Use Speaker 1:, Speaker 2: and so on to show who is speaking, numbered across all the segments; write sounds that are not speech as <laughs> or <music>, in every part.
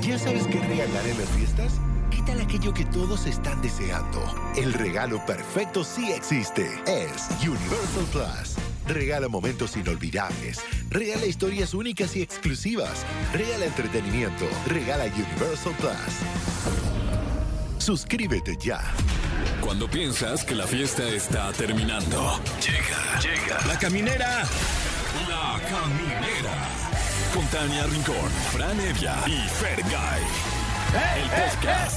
Speaker 1: ¿Ya sabes qué regalar en las fiestas? ¿Qué tal aquello que todos están deseando? El regalo perfecto sí existe. Es Universal Plus. Regala momentos inolvidables. Regala historias únicas y exclusivas. Regala entretenimiento. Regala Universal Plus. Suscríbete ya.
Speaker 2: Cuando piensas que la fiesta está terminando. Llega, llega. La caminera. La caminera. Con Tania Rincón, Fran Evia y Fergay. El podcast.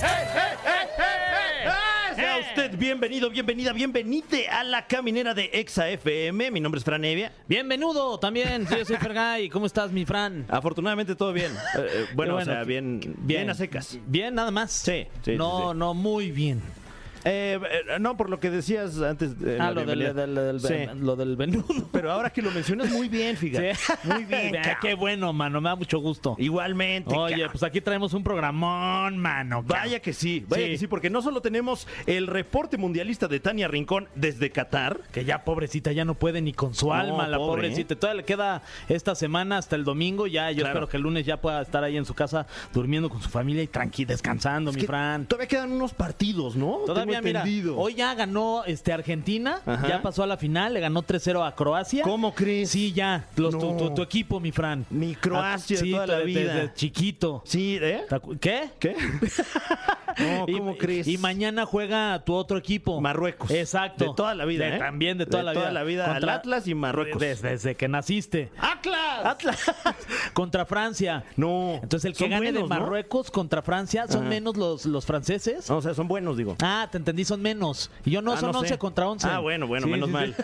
Speaker 3: Sea
Speaker 4: Eh.
Speaker 3: usted bienvenido, bienvenida, bienvenite a la caminera de Exa FM. Mi nombre es Fran Evia.
Speaker 4: Bienvenido también, sí, yo soy Fergay. ¿Cómo estás, mi Fran?
Speaker 3: Afortunadamente todo
Speaker 4: <laughs>
Speaker 3: bien. Eh, eh, bueno,
Speaker 4: Qué bueno,
Speaker 3: o sea,
Speaker 4: que-
Speaker 3: bien, bien, a secas.
Speaker 4: Bien, nada más.
Speaker 3: Sí, sí, sí,
Speaker 4: No,
Speaker 3: sí.
Speaker 4: no, muy bien.
Speaker 3: Eh, eh, no, por lo que decías antes. de
Speaker 4: Ah,
Speaker 3: Eh, la
Speaker 4: lo del,
Speaker 3: bienvenida.
Speaker 4: del- del-
Speaker 3: Sí.
Speaker 4: lo del venudo. <laughs>
Speaker 3: Pero ahora que lo mencionas muy bien, fíjate.
Speaker 4: Sí. <laughs>
Speaker 3: Muy bien.
Speaker 4: Ah,
Speaker 3: cabrón.
Speaker 4: Qué bueno, mano. Me da mucho gusto.
Speaker 3: Igualmente.
Speaker 4: Oye,
Speaker 3: cabrón.
Speaker 4: pues aquí traemos un programón, mano.
Speaker 3: Vaya que sí, vaya
Speaker 4: Sí.
Speaker 3: que sí, porque no solo tenemos el reporte mundialista de Tania Rincón desde Qatar,
Speaker 4: Que ya pobrecita ya no puede ni con su
Speaker 3: No,
Speaker 4: alma, la
Speaker 3: pobre, ¿eh?
Speaker 4: pobrecita. Todavía le queda esta semana hasta el domingo. Ya, yo
Speaker 3: Claro.
Speaker 4: espero que el lunes ya pueda estar ahí en su casa durmiendo con su familia y tranqui, descansando, mi
Speaker 3: que
Speaker 4: Fran.
Speaker 3: todavía quedan unos partidos, ¿no? Tengo
Speaker 4: Todavía, mira,
Speaker 3: entendido.
Speaker 4: hoy ya ganó este, Argentina,
Speaker 3: Ajá.
Speaker 4: ya pasó a la final, le ganó 3-0 a Croacia.
Speaker 3: ¿Cómo crees?
Speaker 4: Sí, ya, los- tu,
Speaker 3: No.
Speaker 4: tu- tu equipo, mi Fran.
Speaker 3: Mi Croacia
Speaker 4: Ah, sí,
Speaker 3: toda la
Speaker 4: desde-
Speaker 3: vida.
Speaker 4: Desde chiquito.
Speaker 3: Sí, ¿eh?
Speaker 4: ¿Te acu- ¿Qué? <laughs>
Speaker 3: ¿Qué? no,
Speaker 4: Y-
Speaker 3: ¿cómo crees?
Speaker 4: Y mañana juega tu otro equipo.
Speaker 3: Marruecos.
Speaker 4: Exacto.
Speaker 3: De toda la vida,
Speaker 4: De-
Speaker 3: ¿eh?
Speaker 4: También de toda
Speaker 3: De
Speaker 4: la
Speaker 3: toda
Speaker 4: vida.
Speaker 3: la vida,
Speaker 4: Contra-
Speaker 3: al Atlas y Marruecos.
Speaker 4: de- Desde, que naciste.
Speaker 3: ¡Atlas!
Speaker 4: Atlas contra Francia.
Speaker 3: <laughs> No.
Speaker 4: Entonces el que
Speaker 3: Son
Speaker 4: gane de
Speaker 3: buenos, ¿no?
Speaker 4: Marruecos contra Francia son
Speaker 3: Ajá.
Speaker 4: menos los, los franceses.
Speaker 3: O sea, son buenos, digo.
Speaker 4: Ah, te entendí, son menos. Y yo no,
Speaker 3: Ah,
Speaker 4: son
Speaker 3: no sé.
Speaker 4: 11 contra 11.
Speaker 3: Ah, bueno, bueno,
Speaker 4: Sí,
Speaker 3: menos
Speaker 4: sí, sí.
Speaker 3: mal.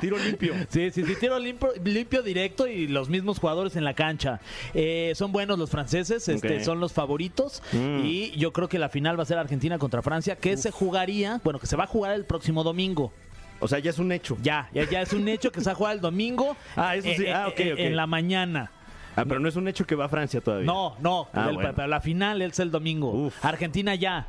Speaker 3: Tiro
Speaker 4: <laughs>
Speaker 3: limpio.
Speaker 4: Sí, sí, sí, tiro limpio, limpio directo y los mismos jugadores en la cancha. Eh, son buenos los franceses, este,
Speaker 3: Ok.
Speaker 4: son los favoritos
Speaker 3: Mm.
Speaker 4: y yo creo que la final va a ser Argentina contra Francia, que se jugaría, bueno, que se va a jugar el próximo domingo.
Speaker 3: O sea, ya es un hecho.
Speaker 4: Ya, ya, ya es un hecho que se va a jugar el domingo.
Speaker 3: <laughs>
Speaker 4: eh,
Speaker 3: Ah, eso sí. Ah, ok, ok.
Speaker 4: En la mañana.
Speaker 3: Ah, pero no es un hecho que va a Francia todavía.
Speaker 4: No, no,
Speaker 3: Ah,
Speaker 4: el-
Speaker 3: bueno.
Speaker 4: pero la final es el domingo.
Speaker 3: Uf.
Speaker 4: Argentina ya.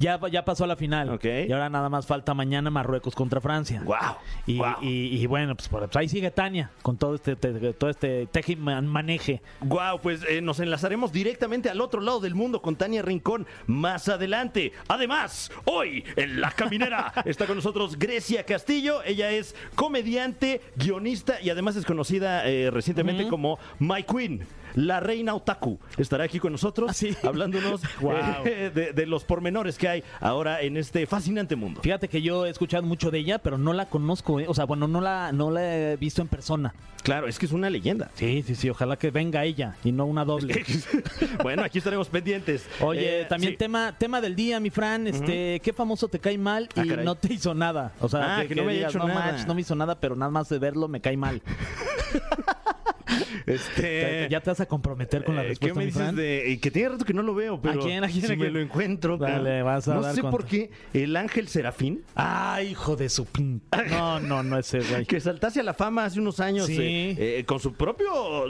Speaker 4: Ya, ya pasó a la final.
Speaker 3: Ok.
Speaker 4: Y ahora nada más falta mañana Marruecos contra Francia.
Speaker 3: Wow.
Speaker 4: Y, y- y bueno, pues, por- pues ahí sigue Tania con todo este, te- todo este teje y man- maneje.
Speaker 3: Guau, pues eh, nos enlazaremos directamente al otro lado del mundo con Tania Rincón más adelante. Además, hoy en La Caminera está con nosotros Grecia Castillo. Ella es comediante, guionista y además es conocida eh, recientemente como My Queen, la reina otaku. Estará aquí con nosotros
Speaker 4: ¿Ah, sí?
Speaker 3: <laughs> hablándonos
Speaker 4: <laughs> Guau.
Speaker 3: eh, de, de los pormenores que hay ahora en este fascinante mundo.
Speaker 4: Fíjate que yo he escuchado mucho de ella, pero no la conozco. ¿eh? O sea, bueno, no la, no la he visto en persona.
Speaker 3: Claro, es que es una leyenda. <laughs>
Speaker 4: Sí, sí, sí. Ojalá que venga ella y no una doble.
Speaker 3: bueno, aquí estaremos pendientes.
Speaker 4: Oye,
Speaker 3: Eh,
Speaker 4: también
Speaker 3: sí.
Speaker 4: tema, tema del día, mi Fran, este, ¿qué famoso te cae mal
Speaker 3: Ah,
Speaker 4: y
Speaker 3: caray.
Speaker 4: no te hizo nada? O sea,
Speaker 3: Ah, que no me haya hecho
Speaker 4: no,
Speaker 3: nada".
Speaker 4: manches, no me hizo nada, pero nada más de verlo me
Speaker 3: <laughs>
Speaker 4: cae mal.
Speaker 3: Este-
Speaker 4: ya te vas a comprometer con la
Speaker 3: Eh,
Speaker 4: respuesta,
Speaker 3: ¿Qué me
Speaker 4: mi
Speaker 3: dices
Speaker 4: Fran.
Speaker 3: de.? y Que tiene rato que no lo veo, pero.
Speaker 4: quién? ¿A quién?
Speaker 3: Si
Speaker 4: ¿A
Speaker 3: me
Speaker 4: quién?
Speaker 3: lo encuentro.
Speaker 4: Dale,
Speaker 3: cabrón.
Speaker 4: vas a
Speaker 3: No
Speaker 4: dar
Speaker 3: sé
Speaker 4: cuenta.
Speaker 3: por qué el ángel Serafín,
Speaker 4: Ay, Ah, hijo de su
Speaker 3: <laughs>
Speaker 4: pin. No, no, no ese güey.
Speaker 3: que saltase a la fama hace unos años
Speaker 4: Sí.
Speaker 3: eh, eh, con su propio.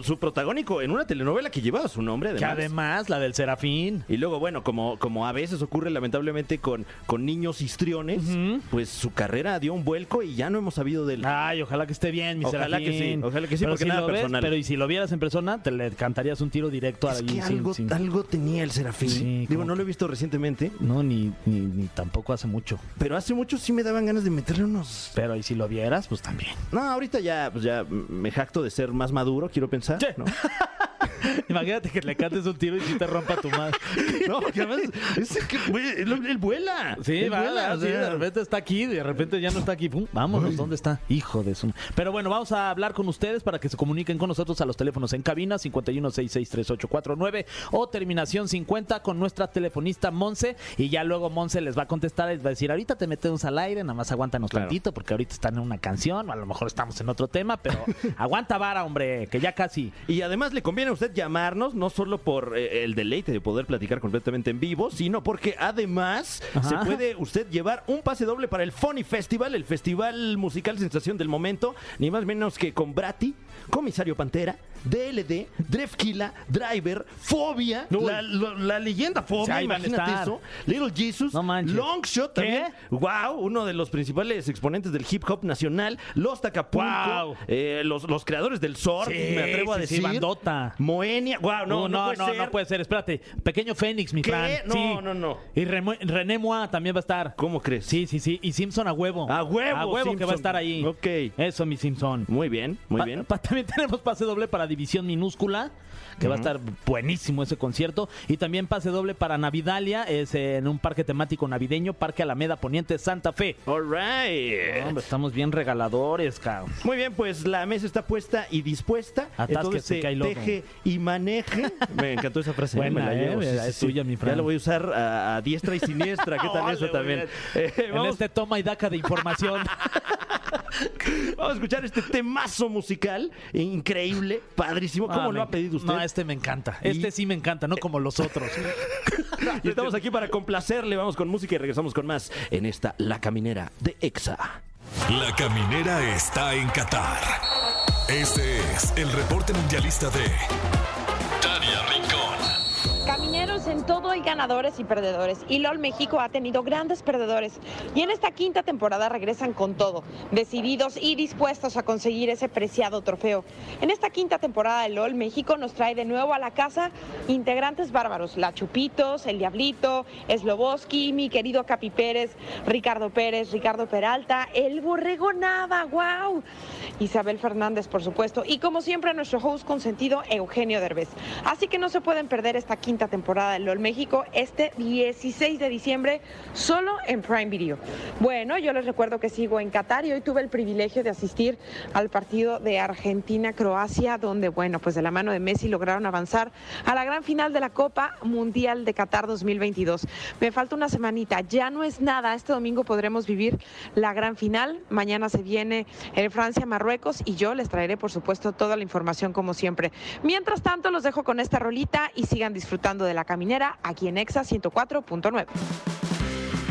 Speaker 3: su protagónico en una telenovela que llevaba su nombre,
Speaker 4: Que
Speaker 3: además.
Speaker 4: además, la del Serafín.
Speaker 3: Y luego, bueno, como, como a veces ocurre lamentablemente con, con niños histriones,
Speaker 4: Ujú. Ah,
Speaker 3: pues su carrera dio un vuelco y ya no hemos sabido de él.
Speaker 4: Ay, ojalá que esté bien, mi
Speaker 3: Ojalá que
Speaker 4: Serafín.
Speaker 3: sí, ojalá que sí,
Speaker 4: Pero
Speaker 3: porque
Speaker 4: si
Speaker 3: nada
Speaker 4: lo ves,
Speaker 3: personal.
Speaker 4: pero y si lo vieras en persona, te le cantarías un tiro directo
Speaker 3: es
Speaker 4: ahí,
Speaker 3: que
Speaker 4: sin-
Speaker 3: algo,
Speaker 4: sin-
Speaker 3: algo tenía el Serafín.
Speaker 4: Sí,
Speaker 3: Digo,
Speaker 4: como
Speaker 3: no lo he visto recientemente,
Speaker 4: No, ni, ni, ni tampoco hace mucho.
Speaker 3: pero hace mucho sí me daban ganas de meterle unos
Speaker 4: Pero y si lo vieras, pues también.
Speaker 3: No, ahorita ya, pues ya me jacto de ser más maduro, quiero pensar.
Speaker 4: Sí.
Speaker 3: ¿no?
Speaker 4: <laughs> Imagínate que le cantes un tiro y si te rompa tu madre.
Speaker 3: <laughs>
Speaker 4: <laughs>
Speaker 3: No, porque además, ese que, güey, él, él vuela.
Speaker 4: Sí,
Speaker 3: él
Speaker 4: va,
Speaker 3: vuela, o
Speaker 4: sí,
Speaker 3: sea.
Speaker 4: de repente está aquí, de repente ya no está aquí. Pum, vámonos, ¿dónde está? Hijo de su. Pero bueno, vamos a hablar con ustedes para que se comuniquen con nosotros a los teléfonos en cabina 51663849 o terminación 50 con nuestra telefonista Monse y ya luego Monse les va a contestar, les va a decir, "Ahorita te metemos al aire, nada más aguántanos
Speaker 3: Claro.
Speaker 4: tantito porque ahorita están en una canción, o a lo mejor estamos en otro tema, pero
Speaker 3: <laughs>
Speaker 4: aguanta vara, hombre, que ya casi."
Speaker 3: Y además le conviene a usted llamarnos, no solo por eh, el deleite de poder platicar completamente en vivo, sino porque además
Speaker 4: Ajá.
Speaker 3: se puede usted llevar un pase doble para el Funny Festival, el festival musical sensación del momento, ni más menos que con Brati, Comisario Pantera, DLD, Drefkila, Driver, Fobia,
Speaker 4: Uy.
Speaker 3: la, la- la leyenda Fobia,
Speaker 4: ahí van a
Speaker 3: imagínate
Speaker 4: estar.
Speaker 3: eso, Little Jesus,
Speaker 4: No manches.
Speaker 3: Longshot también, wow, uno de los principales exponentes del hip hop nacional, Los Acapulco,
Speaker 4: Guau.
Speaker 3: eh, los, los creadores del SOR,
Speaker 4: Sí,
Speaker 3: me atrevo a
Speaker 4: sí, sí,
Speaker 3: decir,
Speaker 4: bandota.
Speaker 3: Moenia, wow, no,
Speaker 4: No, Uh, no,
Speaker 3: puede
Speaker 4: no,
Speaker 3: ser.
Speaker 4: no puede ser. Espérate. Pequeño Fénix, mi
Speaker 3: ¿Qué?
Speaker 4: Fran.
Speaker 3: No,
Speaker 4: Sí.
Speaker 3: no, no.
Speaker 4: Y Remo- René Moa también va a estar.
Speaker 3: ¿Cómo crees?
Speaker 4: Sí, sí, sí. Y Simpson a huevo.
Speaker 3: A huevo,
Speaker 4: A huevo que
Speaker 3: Simpson.
Speaker 4: va a estar ahí.
Speaker 3: Ok.
Speaker 4: Eso, mi Simpson.
Speaker 3: Muy bien, muy
Speaker 4: Pa-
Speaker 3: bien.
Speaker 4: pa- también <laughs> tenemos pase doble para División Minúscula, que va a estar buenísimo ese concierto. Y también pase doble para Navidalia, es en un parque temático navideño, Parque Alameda Poniente Santa Fe.
Speaker 3: All right.
Speaker 4: Hombre, estamos bien regaladores, cabrón.
Speaker 3: Muy bien, pues la mesa está puesta y dispuesta.
Speaker 4: Atásquese,
Speaker 3: Entonces se
Speaker 4: que hay lodo.
Speaker 3: teje y maneje. <laughs> Me encantó esa frase.
Speaker 4: Buena,
Speaker 3: me la
Speaker 4: ¿eh?
Speaker 3: llevo, sí,
Speaker 4: Es
Speaker 3: sí, sí.
Speaker 4: tuya, mi Fran.
Speaker 3: Ya la voy a usar a, a diestra y <laughs> siniestra. ¿Qué tal eso
Speaker 4: Ole,
Speaker 3: también?
Speaker 4: muy
Speaker 3: Eh,
Speaker 4: En
Speaker 3: vamos,
Speaker 4: este toma y daca de información.
Speaker 3: vamos a escuchar este temazo musical increíble, padrísimo. <laughs> ¿Cómo
Speaker 4: Ah,
Speaker 3: lo
Speaker 4: me-
Speaker 3: ha pedido usted?
Speaker 4: No, este me encanta.
Speaker 3: Y-
Speaker 4: Este sí me encanta, no como
Speaker 3: <laughs>
Speaker 4: los otros.
Speaker 3: Y estamos aquí para complacerle. Vamos con música y regresamos con más en esta La Caminera de EXA.
Speaker 2: La caminera está en Qatar. Este es el reporte mundialista de Tania Rincón.
Speaker 5: Camineros, en todo hay ganadores y perdedores. Y LOL México ha tenido grandes perdedores. Y en esta quinta temporada regresan con todo, decididos y dispuestos a conseguir ese preciado trofeo. En esta quinta temporada de LOL México nos trae de nuevo a la casa integrantes bárbaros: La Chupitos, El Diablito, Sloboski, mi querido Capi Pérez, Ricardo Pérez, Ricardo Peralta, El Borrego Nava, wow. Isabel Fernández, por supuesto. Y como siempre, nuestro host consentido, Eugenio Derbez. Así que no se pueden perder esta quinta temporada de LOL México este 16 de diciembre solo en Prime Video. Bueno, yo les recuerdo que sigo en Qatar y hoy tuve el privilegio de asistir al partido de Argentina-Croacia, donde, bueno, pues de la mano de Messi lograron avanzar a la gran final de la Copa Mundial de Qatar 2022. Me falta una semanita, ya no es nada. Este domingo podremos vivir la gran final. Mañana se viene el Francia-Marruecos y yo les traeré, por supuesto, toda la información como siempre. Mientras tanto, los dejo con esta rolita y sigan disfrutando de la caminera aquí en Exa 104.9.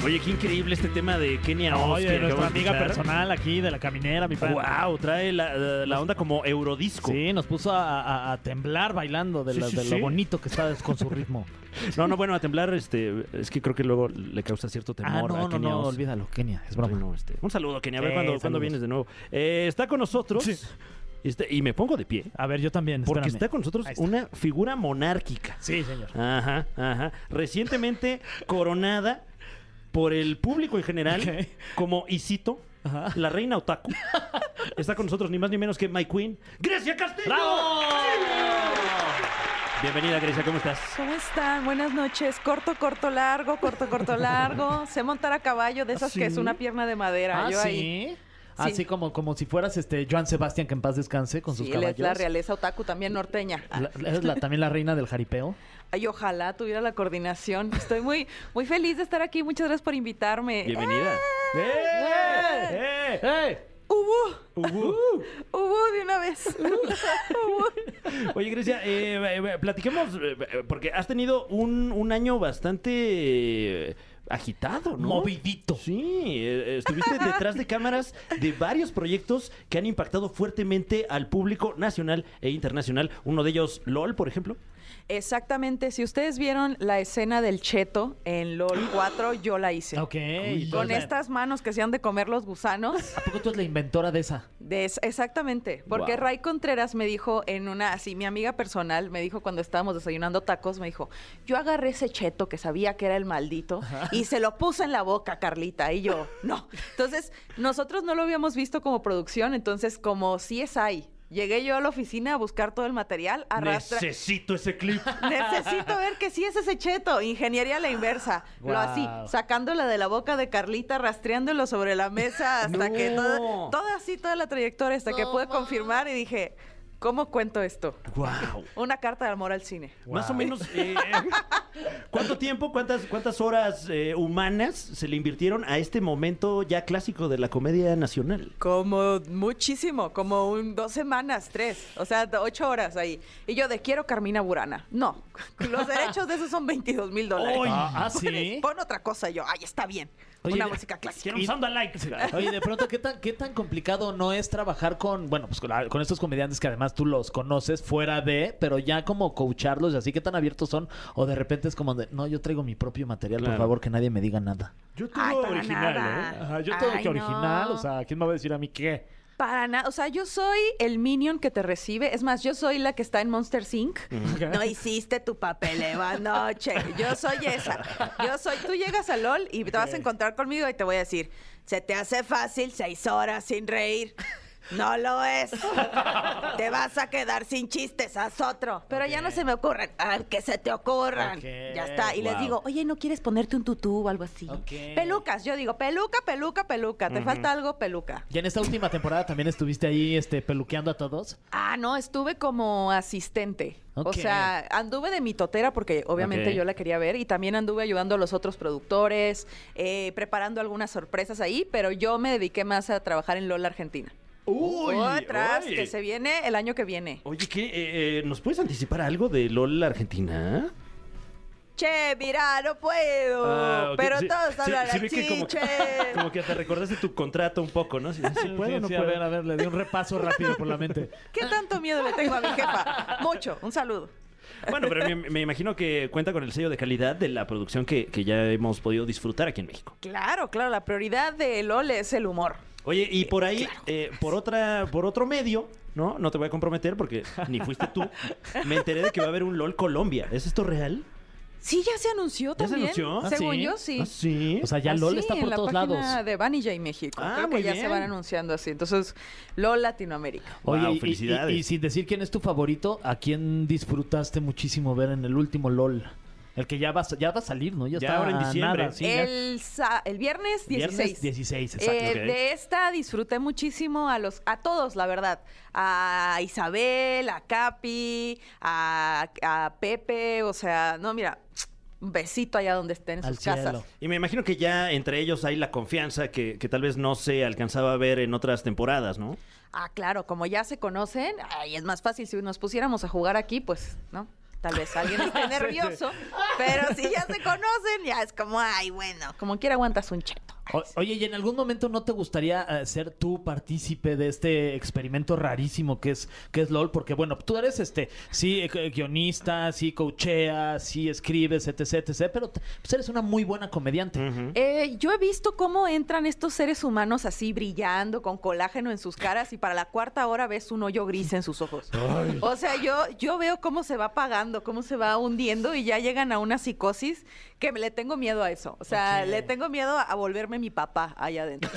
Speaker 3: Oye, qué increíble este tema de Kenia
Speaker 4: Oye,
Speaker 3: Oscar.
Speaker 4: nuestra amiga personal aquí de la caminera, mi padre.
Speaker 3: Wow, trae la, la onda como eurodisco.
Speaker 4: Sí, nos puso a, a- a temblar bailando de,
Speaker 3: Sí,
Speaker 4: la-
Speaker 3: sí,
Speaker 4: de
Speaker 3: sí.
Speaker 4: lo bonito que está con su ritmo.
Speaker 3: No, no, bueno, a temblar, este, es que creo que luego le causa cierto <laughs> temor.
Speaker 4: ah, no,
Speaker 3: a
Speaker 4: no,
Speaker 3: Kenia
Speaker 4: no,
Speaker 3: Oz.
Speaker 4: olvídalo, Kenia, es
Speaker 3: Bueno,
Speaker 4: broma.
Speaker 3: no, este, Un saludo, Kenia. A ver
Speaker 4: Sí,
Speaker 3: cuándo, cuándo
Speaker 4: saludos.
Speaker 3: vienes de nuevo. Eh, está con nosotros.
Speaker 4: Sí.
Speaker 3: este, y me pongo de pie.
Speaker 4: A ver, yo también,
Speaker 3: Porque
Speaker 4: espérame.
Speaker 3: está con nosotros
Speaker 4: Ahí está.
Speaker 3: una figura monárquica.
Speaker 4: Sí, señor.
Speaker 3: Ajá, ajá. Recientemente coronada por el público en general
Speaker 4: Ok.
Speaker 3: como Isito,
Speaker 4: Ajá.
Speaker 3: la reina otaku. Está con nosotros ni más ni menos que My Queen, Grecia Castillo.
Speaker 6: Ah,
Speaker 3: Bienvenida, Grecia, ¿cómo estás?
Speaker 6: ¿Cómo están? Buenas noches. Corto, corto, largo, corto,
Speaker 4: <laughs>
Speaker 6: corto, largo. Sé montar a caballo de esas que es
Speaker 4: ¿Sí?
Speaker 6: una pierna de madera.
Speaker 4: Ah,
Speaker 6: Yo
Speaker 4: ¿sí?
Speaker 6: ahí.
Speaker 4: Así
Speaker 6: Sí.
Speaker 4: como, como si fueras este Joan Sebastián, que en paz descanse, con sus
Speaker 6: Sí, él
Speaker 4: caballos.
Speaker 6: es la realeza otaku también norteña.
Speaker 4: La- es la- también la reina del
Speaker 6: <laughs>
Speaker 4: jaripeo.
Speaker 6: Ay, ojalá tuviera la coordinación. Estoy muy, muy feliz de estar aquí. Muchas gracias por invitarme.
Speaker 3: Bienvenida. ¡Eh! ¡Eh!
Speaker 6: ¡Ubú!
Speaker 3: Ujú.
Speaker 6: ¡Ubú de
Speaker 4: <laughs>
Speaker 6: una vez! <laughs> ¡Ubú!
Speaker 3: Oye, Grecia, eh, eh, platiquemos, eh, eh, porque has tenido un, un año bastante eh, agitado, ¿no?
Speaker 4: Movidito.
Speaker 3: Sí, eh, eh, estuviste detrás de cámaras de varios proyectos que han impactado fuertemente al público nacional e internacional. Uno de ellos, LOL, por ejemplo.
Speaker 6: Exactamente. Si ustedes vieron la escena del cheto en LOL 4, yo la hice.
Speaker 4: Ok.
Speaker 6: Con
Speaker 4: Entonces,
Speaker 6: estas manos que se han de comer los gusanos.
Speaker 4: ¿A poco tú eres la inventora de esa?
Speaker 6: De es- exactamente, porque
Speaker 3: Guau.
Speaker 6: Ray Contreras me dijo en una, así mi amiga personal me dijo cuando estábamos desayunando tacos, me dijo, yo agarré ese cheto que sabía que era el maldito y se lo puse en la boca, Carlita, y yo, no. Entonces, nosotros no lo habíamos visto como producción, entonces como sí es ahí. Llegué yo a la oficina a buscar todo el material, arrastra...
Speaker 3: Necesito ese clip.
Speaker 6: Necesito ver que sí es ese cheto. Ingeniería a la inversa. Lo así,
Speaker 4: Guau.
Speaker 6: sacándola de la boca de Carlita, rastreándolo sobre la mesa hasta que todo, todo así, toda la trayectoria, hasta que pude confirmar y dije, ¿cómo cuento esto?
Speaker 3: ¡Wow!
Speaker 6: Una carta de amor al cine.
Speaker 3: Más o menos, eh, ¿cuánto tiempo, cuántas, cuántas horas eh, humanas se le invirtieron a este momento ya clásico de la comedia nacional?
Speaker 6: Como muchísimo, como un, dos semanas, tres, o sea, do- ocho horas ahí. Y yo de quiero Carmina Burana. No, <laughs> los derechos de eso son 22 mil dólares.
Speaker 4: Ay, ah,
Speaker 6: <laughs> Pones-
Speaker 4: ¿sí?
Speaker 6: Pon otra cosa yo. Ay, está bien.
Speaker 4: Oye,
Speaker 6: Una
Speaker 4: mira,
Speaker 6: música clásica.
Speaker 3: Quiero un sound alike.
Speaker 4: Oye, de pronto, ¿qué tan, ¿qué tan complicado no es trabajar con, bueno, pues con, la- con estos comediantes que además además tú los conoces fuera de, pero ya como coacharlos y así, ¿qué tan abiertos son? O de repente es como de, no, yo traigo mi propio material, por
Speaker 7: Claro.
Speaker 4: favor, que nadie me diga nada.
Speaker 7: Yo todo
Speaker 6: Ay, para
Speaker 7: original,
Speaker 6: nada.
Speaker 7: ¿eh? Ajá, yo todo
Speaker 6: Ay,
Speaker 7: que original,
Speaker 6: no.
Speaker 7: o sea, ¿quién me va a decir a mí qué?
Speaker 6: Para nada, o sea, yo soy el minion que te recibe. Es más, yo soy la que está en Monster Inc. No hiciste tu papel Eva noche. Yo soy esa. Yo soy. Tú llegas a LOL y te vas a encontrar conmigo y te voy a decir: se te hace fácil seis horas sin reír. No lo es. Te vas a quedar sin chistes, haz otro. Pero ya no se me ocurren. Ah, que se te ocurran.
Speaker 4: Ok,
Speaker 6: ya está. Y les
Speaker 4: wow.
Speaker 6: digo, oye, ¿no quieres ponerte un tutú o algo así?
Speaker 4: Ok.
Speaker 6: Pelucas, yo digo, peluca, peluca, peluca. ¿Te falta algo? Peluca.
Speaker 4: ¿Y en esta última temporada también estuviste ahí este, peluqueando a todos?
Speaker 6: Ah, no, estuve como asistente.
Speaker 4: Ok.
Speaker 6: O sea, anduve de mitotera porque obviamente
Speaker 4: Ok.
Speaker 6: yo la quería ver y también anduve ayudando a los otros productores, eh, preparando algunas sorpresas ahí, pero yo me dediqué más a trabajar en LOL Argentina.
Speaker 3: Uy,
Speaker 6: Otras
Speaker 3: uy.
Speaker 6: que se viene el año que viene.
Speaker 3: Oye, ¿qué? Eh, eh, ¿Nos puedes anticipar algo de LOL Argentina?
Speaker 6: Che, mira, no puedo.
Speaker 3: Ah, ok.
Speaker 6: Oh, Pero
Speaker 3: Sí,
Speaker 6: todos
Speaker 3: sí,
Speaker 6: hablan
Speaker 3: sí
Speaker 6: al
Speaker 3: vi que como que-
Speaker 6: chiche.
Speaker 3: <laughs> Como que te recordaste tu contrato un poco, ¿no? Si, si puedo,
Speaker 4: Sí,
Speaker 3: no
Speaker 4: sí,
Speaker 3: puedo.
Speaker 4: A ver, a ver, le di un repaso rápido por la mente.
Speaker 6: ¿Qué tanto miedo le tengo a mi jefa? Mucho. Un saludo.
Speaker 3: Bueno, pero me, me imagino que cuenta con el sello de calidad de la producción que, que ya hemos podido disfrutar aquí en México.
Speaker 6: Claro, claro, la prioridad de LOL es el humor.
Speaker 3: Oye, y por ahí, eh, por otra, por otro medio, ¿no? No te voy a comprometer porque ni fuiste tú. Me enteré de que va a haber un LOL Colombia. ¿Es esto real?
Speaker 6: Sí, ya se
Speaker 3: ¿Ya
Speaker 6: anunció
Speaker 3: se
Speaker 6: también.
Speaker 3: anunció? Ah,
Speaker 6: Según
Speaker 4: ¿sí?
Speaker 6: yo, sí.
Speaker 3: ¿Ah, sí?
Speaker 4: O sea, ya
Speaker 6: Ah,
Speaker 4: LOL
Speaker 6: sí,
Speaker 4: está por
Speaker 6: en
Speaker 4: todos
Speaker 6: la
Speaker 4: lados.
Speaker 6: página de Vanilla y México.
Speaker 3: Ah,
Speaker 6: Creo que
Speaker 3: muy
Speaker 6: ya
Speaker 3: bien.
Speaker 6: se van anunciando así. Entonces, LOL Latinoamérica.
Speaker 4: Oye,
Speaker 3: Wow,
Speaker 4: y- y-
Speaker 3: felicidades.
Speaker 4: Y, sin decir quién es tu favorito, ¿a quién disfrutaste muchísimo ver en el último LOL? El que ya va, a- ya va a salir, ¿no? Ya,
Speaker 3: Ya
Speaker 4: está
Speaker 3: ahora en
Speaker 4: a
Speaker 3: diciembre.
Speaker 4: nada, sí, ya.
Speaker 6: el, sa- el viernes 16.
Speaker 4: Viernes ah, 16, exacto.
Speaker 6: Eh,
Speaker 3: ok.
Speaker 6: De esta disfruté muchísimo a los, a todos, la verdad. A Isabel, a Capi, a, a Pepe, o sea, no, mira, un besito allá donde estén en
Speaker 4: Al
Speaker 6: sus casas.
Speaker 4: cielo.
Speaker 3: Y me imagino que ya entre ellos hay la confianza que, que tal vez no se alcanzaba a ver en otras temporadas, ¿no?
Speaker 6: Ah, claro, como ya se conocen, ay, es más fácil si nos pusiéramos a jugar aquí, pues, ¿no? Tal vez alguien esté nervioso, pero si ya se conocen, ya es como, ay, bueno, como quiera aguantas un cheto.
Speaker 4: O- oye, ¿y en algún momento no te gustaría eh, ser tú partícipe de este experimento rarísimo que es, que es LOL? Porque, bueno, tú eres este, sí, eh, gu- guionista, sí, coachea, sí, escribes, etc, etc, pero t- pues eres una muy buena comediante.
Speaker 6: Eh, yo he visto cómo entran estos seres humanos así brillando con colágeno en sus caras y para la cuarta hora ves un hoyo gris en sus ojos. O sea, yo, yo veo cómo se va apagando, cómo se va hundiendo y ya llegan a una psicosis que me- le tengo miedo a eso. O sea, le tengo miedo a volverme mi papá allá adentro.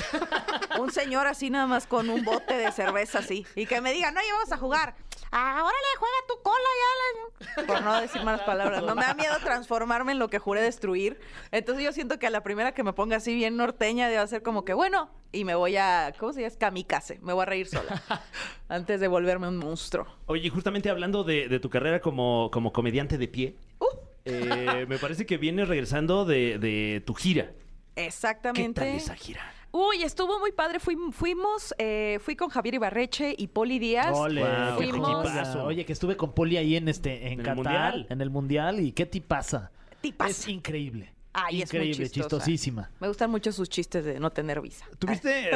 Speaker 6: un señor así nada más con un bote de cerveza así y que me diga, no, ya vamos a jugar. Ah, órale, juega tu cola ya. la-". Por no decir
Speaker 3: <laughs>
Speaker 6: malas palabras. No me da miedo transformarme en lo que juré destruir. Entonces yo siento que a la primera que me ponga así bien norteña debe ser como que, bueno, y me voy a, ¿cómo se llama? Kamikaze. Me voy a reír
Speaker 3: <laughs>
Speaker 6: sola. Antes de volverme un monstruo.
Speaker 3: Oye, y justamente hablando de, de tu carrera como, como comediante de pie,
Speaker 6: Uh,
Speaker 3: eh, me parece que vienes regresando de, de tu gira. ¿Qué
Speaker 6: exactamente.
Speaker 3: tal esa gira?
Speaker 6: Uy, estuvo muy padre. Fui- fuimos, eh, fui con Javier Ibarreche y Poli Díaz.
Speaker 4: Ole,
Speaker 3: Wow,
Speaker 4: qué
Speaker 6: fuimos-
Speaker 4: tipazo. Oye, que estuve con Poli ahí en este, en,
Speaker 3: En el
Speaker 4: Qatar,
Speaker 3: Mundial.
Speaker 4: en el mundial, y qué tipazo.
Speaker 6: Tipazo.
Speaker 4: Es increíble.
Speaker 6: Ay, es muy
Speaker 4: increíble,
Speaker 6: chistosa.
Speaker 4: chistosísima.
Speaker 6: Me gustan mucho sus chistes de no tener visa.
Speaker 3: ¿Tuviste,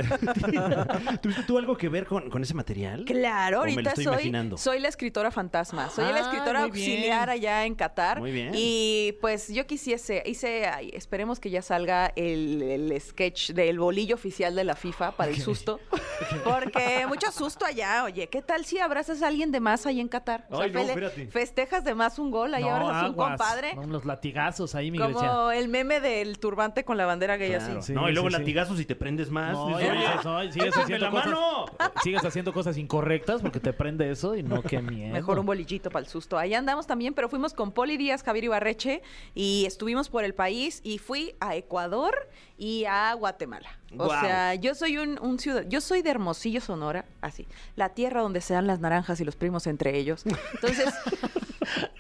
Speaker 3: <laughs> ¿Tuviste tú algo que ver con, con ese material?
Speaker 6: Claro,
Speaker 3: ¿O me lo
Speaker 6: ahorita
Speaker 3: estoy imaginando?
Speaker 6: soy, soy la escritora fantasma. Soy la
Speaker 4: Ah,
Speaker 6: escritora
Speaker 4: muy bien.
Speaker 6: auxiliar allá en Qatar.
Speaker 3: Muy bien.
Speaker 6: Y pues yo quisiese, hice, ay, esperemos que ya salga el, el sketch del bolillo oficial de la FIFA para el susto.
Speaker 3: <laughs>
Speaker 6: Porque mucho susto allá, oye. ¿Qué tal si abrazas a alguien de más ahí en Qatar?
Speaker 3: Ay, no, espérate.
Speaker 6: festejas de más un gol, ahí abrazas a un compadre.
Speaker 4: no, unos latigazos ahí, mi Grecia.
Speaker 6: Como el meme del turbante con la bandera gay
Speaker 3: Claro.
Speaker 6: así.
Speaker 4: Sí,
Speaker 3: no, y luego
Speaker 4: sí, sí.
Speaker 3: latigazos y te prendes más.
Speaker 4: No,
Speaker 3: Dices,
Speaker 4: ya
Speaker 3: Ah, "Oye,
Speaker 4: dices, no, y sigues
Speaker 3: échame
Speaker 4: haciendo
Speaker 3: la
Speaker 4: cosas".
Speaker 3: mano!
Speaker 4: Sigues haciendo cosas incorrectas porque te prende eso y no, qué miedo.
Speaker 6: Mejor un bolillito para el susto. Ahí andamos también, pero fuimos con Poli Díaz, Javier Ibarreche y estuvimos por el país y fui a Ecuador y a Guatemala. O
Speaker 3: Guau.
Speaker 6: sea, yo soy un, un ciudad, yo soy de Hermosillo, Sonora, así, la tierra donde se dan las naranjas y los primos entre ellos. Entonces,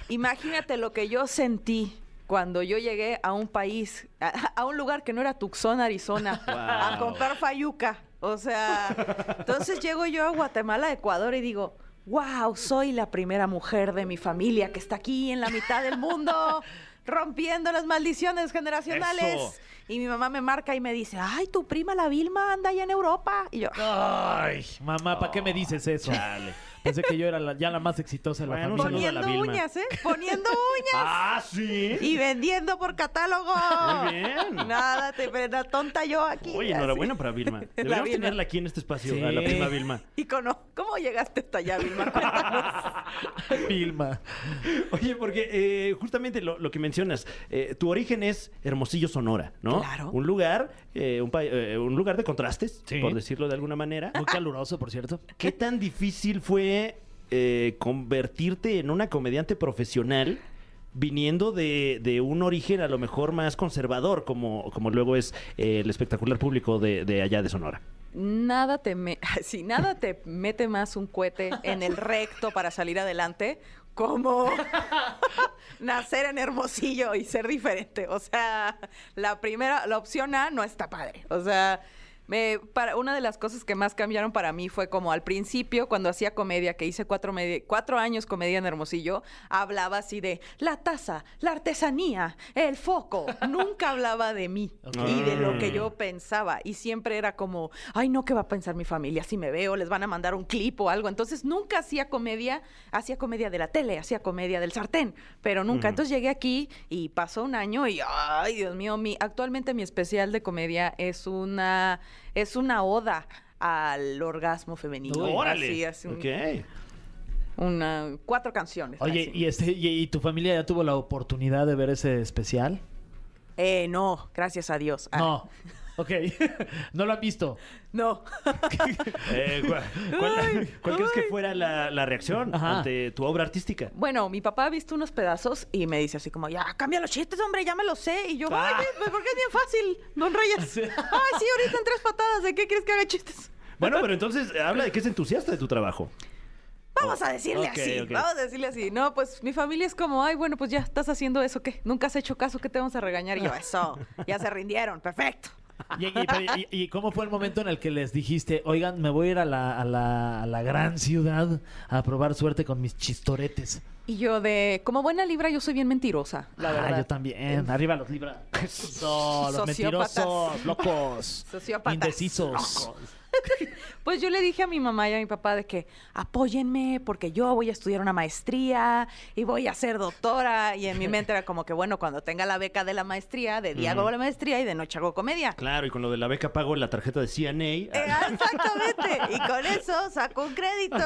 Speaker 6: imagínate lo que yo sentí. Cuando yo llegué a un país, a, a un lugar que no era Tucson, Arizona, a
Speaker 3: Guau.
Speaker 6: comprar fayuca. O sea, entonces llego yo a Guatemala, Ecuador y digo, wow, soy la primera mujer de mi familia que está aquí en la mitad del mundo rompiendo las maldiciones generacionales.
Speaker 3: Eso.
Speaker 6: Y mi mamá me marca y me dice, ay, tu prima la Vilma anda allá en Europa. Y yo,
Speaker 4: Ay, mamá, ¿para qué me dices eso? Pensé que yo era la- ya la más exitosa de la
Speaker 3: Bueno, un saludo
Speaker 4: familia.
Speaker 3: a la
Speaker 6: Poniendo
Speaker 3: Vilma.
Speaker 6: uñas, ¿eh? Poniendo uñas.
Speaker 3: Ah, sí.
Speaker 6: Y vendiendo por catálogo.
Speaker 3: Muy bien.
Speaker 6: Nada, te la tonta yo aquí.
Speaker 3: Oye, enhorabuena para
Speaker 6: <laughs>
Speaker 3: Vilma. Deberíamos
Speaker 6: Vilma.
Speaker 3: tenerla aquí en este espacio,
Speaker 4: Sí.
Speaker 3: a la prima Vilma.
Speaker 6: Y cono, ¿cómo llegaste hasta allá,
Speaker 3: <laughs>
Speaker 6: Vilma? Cuéntanos.
Speaker 4: <laughs> Vilma.
Speaker 3: Oye, porque eh, justamente lo, lo que mencionas, eh, tu origen es Hermosillo, Sonora, ¿no?
Speaker 6: Claro.
Speaker 3: Un lugar, eh, un, pa- eh, un lugar de contrastes,
Speaker 4: Sí.
Speaker 3: por decirlo de alguna manera.
Speaker 4: Muy caluroso, por cierto.
Speaker 3: ¿Qué tan difícil fue eh, convertirte en una comediante profesional viniendo de, de un origen a lo mejor más conservador, como, como luego es eh, el espectacular público de, de allá de Sonora?
Speaker 6: Nada te me... <laughs> sí, nada te mete más un cohete en el recto para salir adelante como <laughs> nacer en Hermosillo y ser diferente. O sea, la primera, la opción A no está padre. O sea, me- para, una de las cosas que más cambiaron para mí fue como al principio, cuando hacía comedia, que hice cuatro, medi- cuatro años comedia en Hermosillo, hablaba así de la taza, la artesanía, el foco. Nunca hablaba de mí y de lo que yo pensaba. Y siempre era como, ay, no, ¿qué va a pensar mi familia si me veo? ¿Les van a mandar un clip o algo? Entonces nunca hacía comedia, hacía comedia de la tele, hacía comedia del sartén, pero nunca. Entonces llegué aquí y pasó un año y, ay, Dios mío, mi, actualmente mi especial de comedia es una, es una oda al orgasmo femenino. Así, así un-
Speaker 3: Ok.
Speaker 6: una, cuatro canciones.
Speaker 4: Oye,
Speaker 6: así.
Speaker 4: ¿y, este, y, y tu familia ya tuvo la oportunidad de ver ese especial?
Speaker 6: Eh, no, gracias a Dios. Ah,
Speaker 4: No. Ok. <laughs> no lo han visto.
Speaker 6: No.
Speaker 3: Eh, ¿Cuál, cuál-
Speaker 6: Ay,
Speaker 3: <laughs> cuál crees que
Speaker 6: ay.
Speaker 3: fuera la, la reacción
Speaker 4: Ajá.
Speaker 3: ante tu obra artística?
Speaker 6: Bueno, mi papá ha visto unos pedazos y me dice así como, ya, cambia los chistes, hombre, ya me los sé. Y yo, ay,
Speaker 3: Ah.
Speaker 6: ¿qué? Pues, ¿por qué es bien fácil, don Reyes? Ay, sí, ahorita en tres patadas, ¿de qué quieres que haga chistes?
Speaker 3: Bueno, pero entonces habla de que es entusiasta de tu trabajo.
Speaker 6: Vamos a decirle
Speaker 3: Ok,
Speaker 6: así,
Speaker 3: ok.
Speaker 6: vamos a decirle así. No, pues mi familia es como, ay, bueno, pues ya estás haciendo eso, ¿qué? Nunca has hecho caso, ¿qué te vamos a regañar? Y yo, eso, ya se rindieron, perfecto.
Speaker 4: ¿Y, y- pero- y- y cómo fue el momento en el que les dijiste, oigan, me voy a ir a la, a la- a la gran ciudad a probar suerte con mis chistoretes?
Speaker 6: Y yo de, como buena libra, yo soy bien mentirosa, la
Speaker 4: Ah,
Speaker 6: verdad.
Speaker 4: yo también. Arriba los libras. Eso, los
Speaker 6: Sociópatas.
Speaker 4: mentirosos, locos.
Speaker 6: Sociópatas.
Speaker 4: Indecisos.
Speaker 6: Pues yo le dije a mi mamá y a mi papá de que apóyenme porque yo voy a estudiar una maestría y voy a ser doctora. Y en mi mente era como que, bueno, cuando tenga la beca de la maestría, de día hago la maestría y de noche hago comedia.
Speaker 3: Claro, y con lo de la beca pago la tarjeta de CNA.
Speaker 6: Eh, exactamente. Y con eso saco un crédito.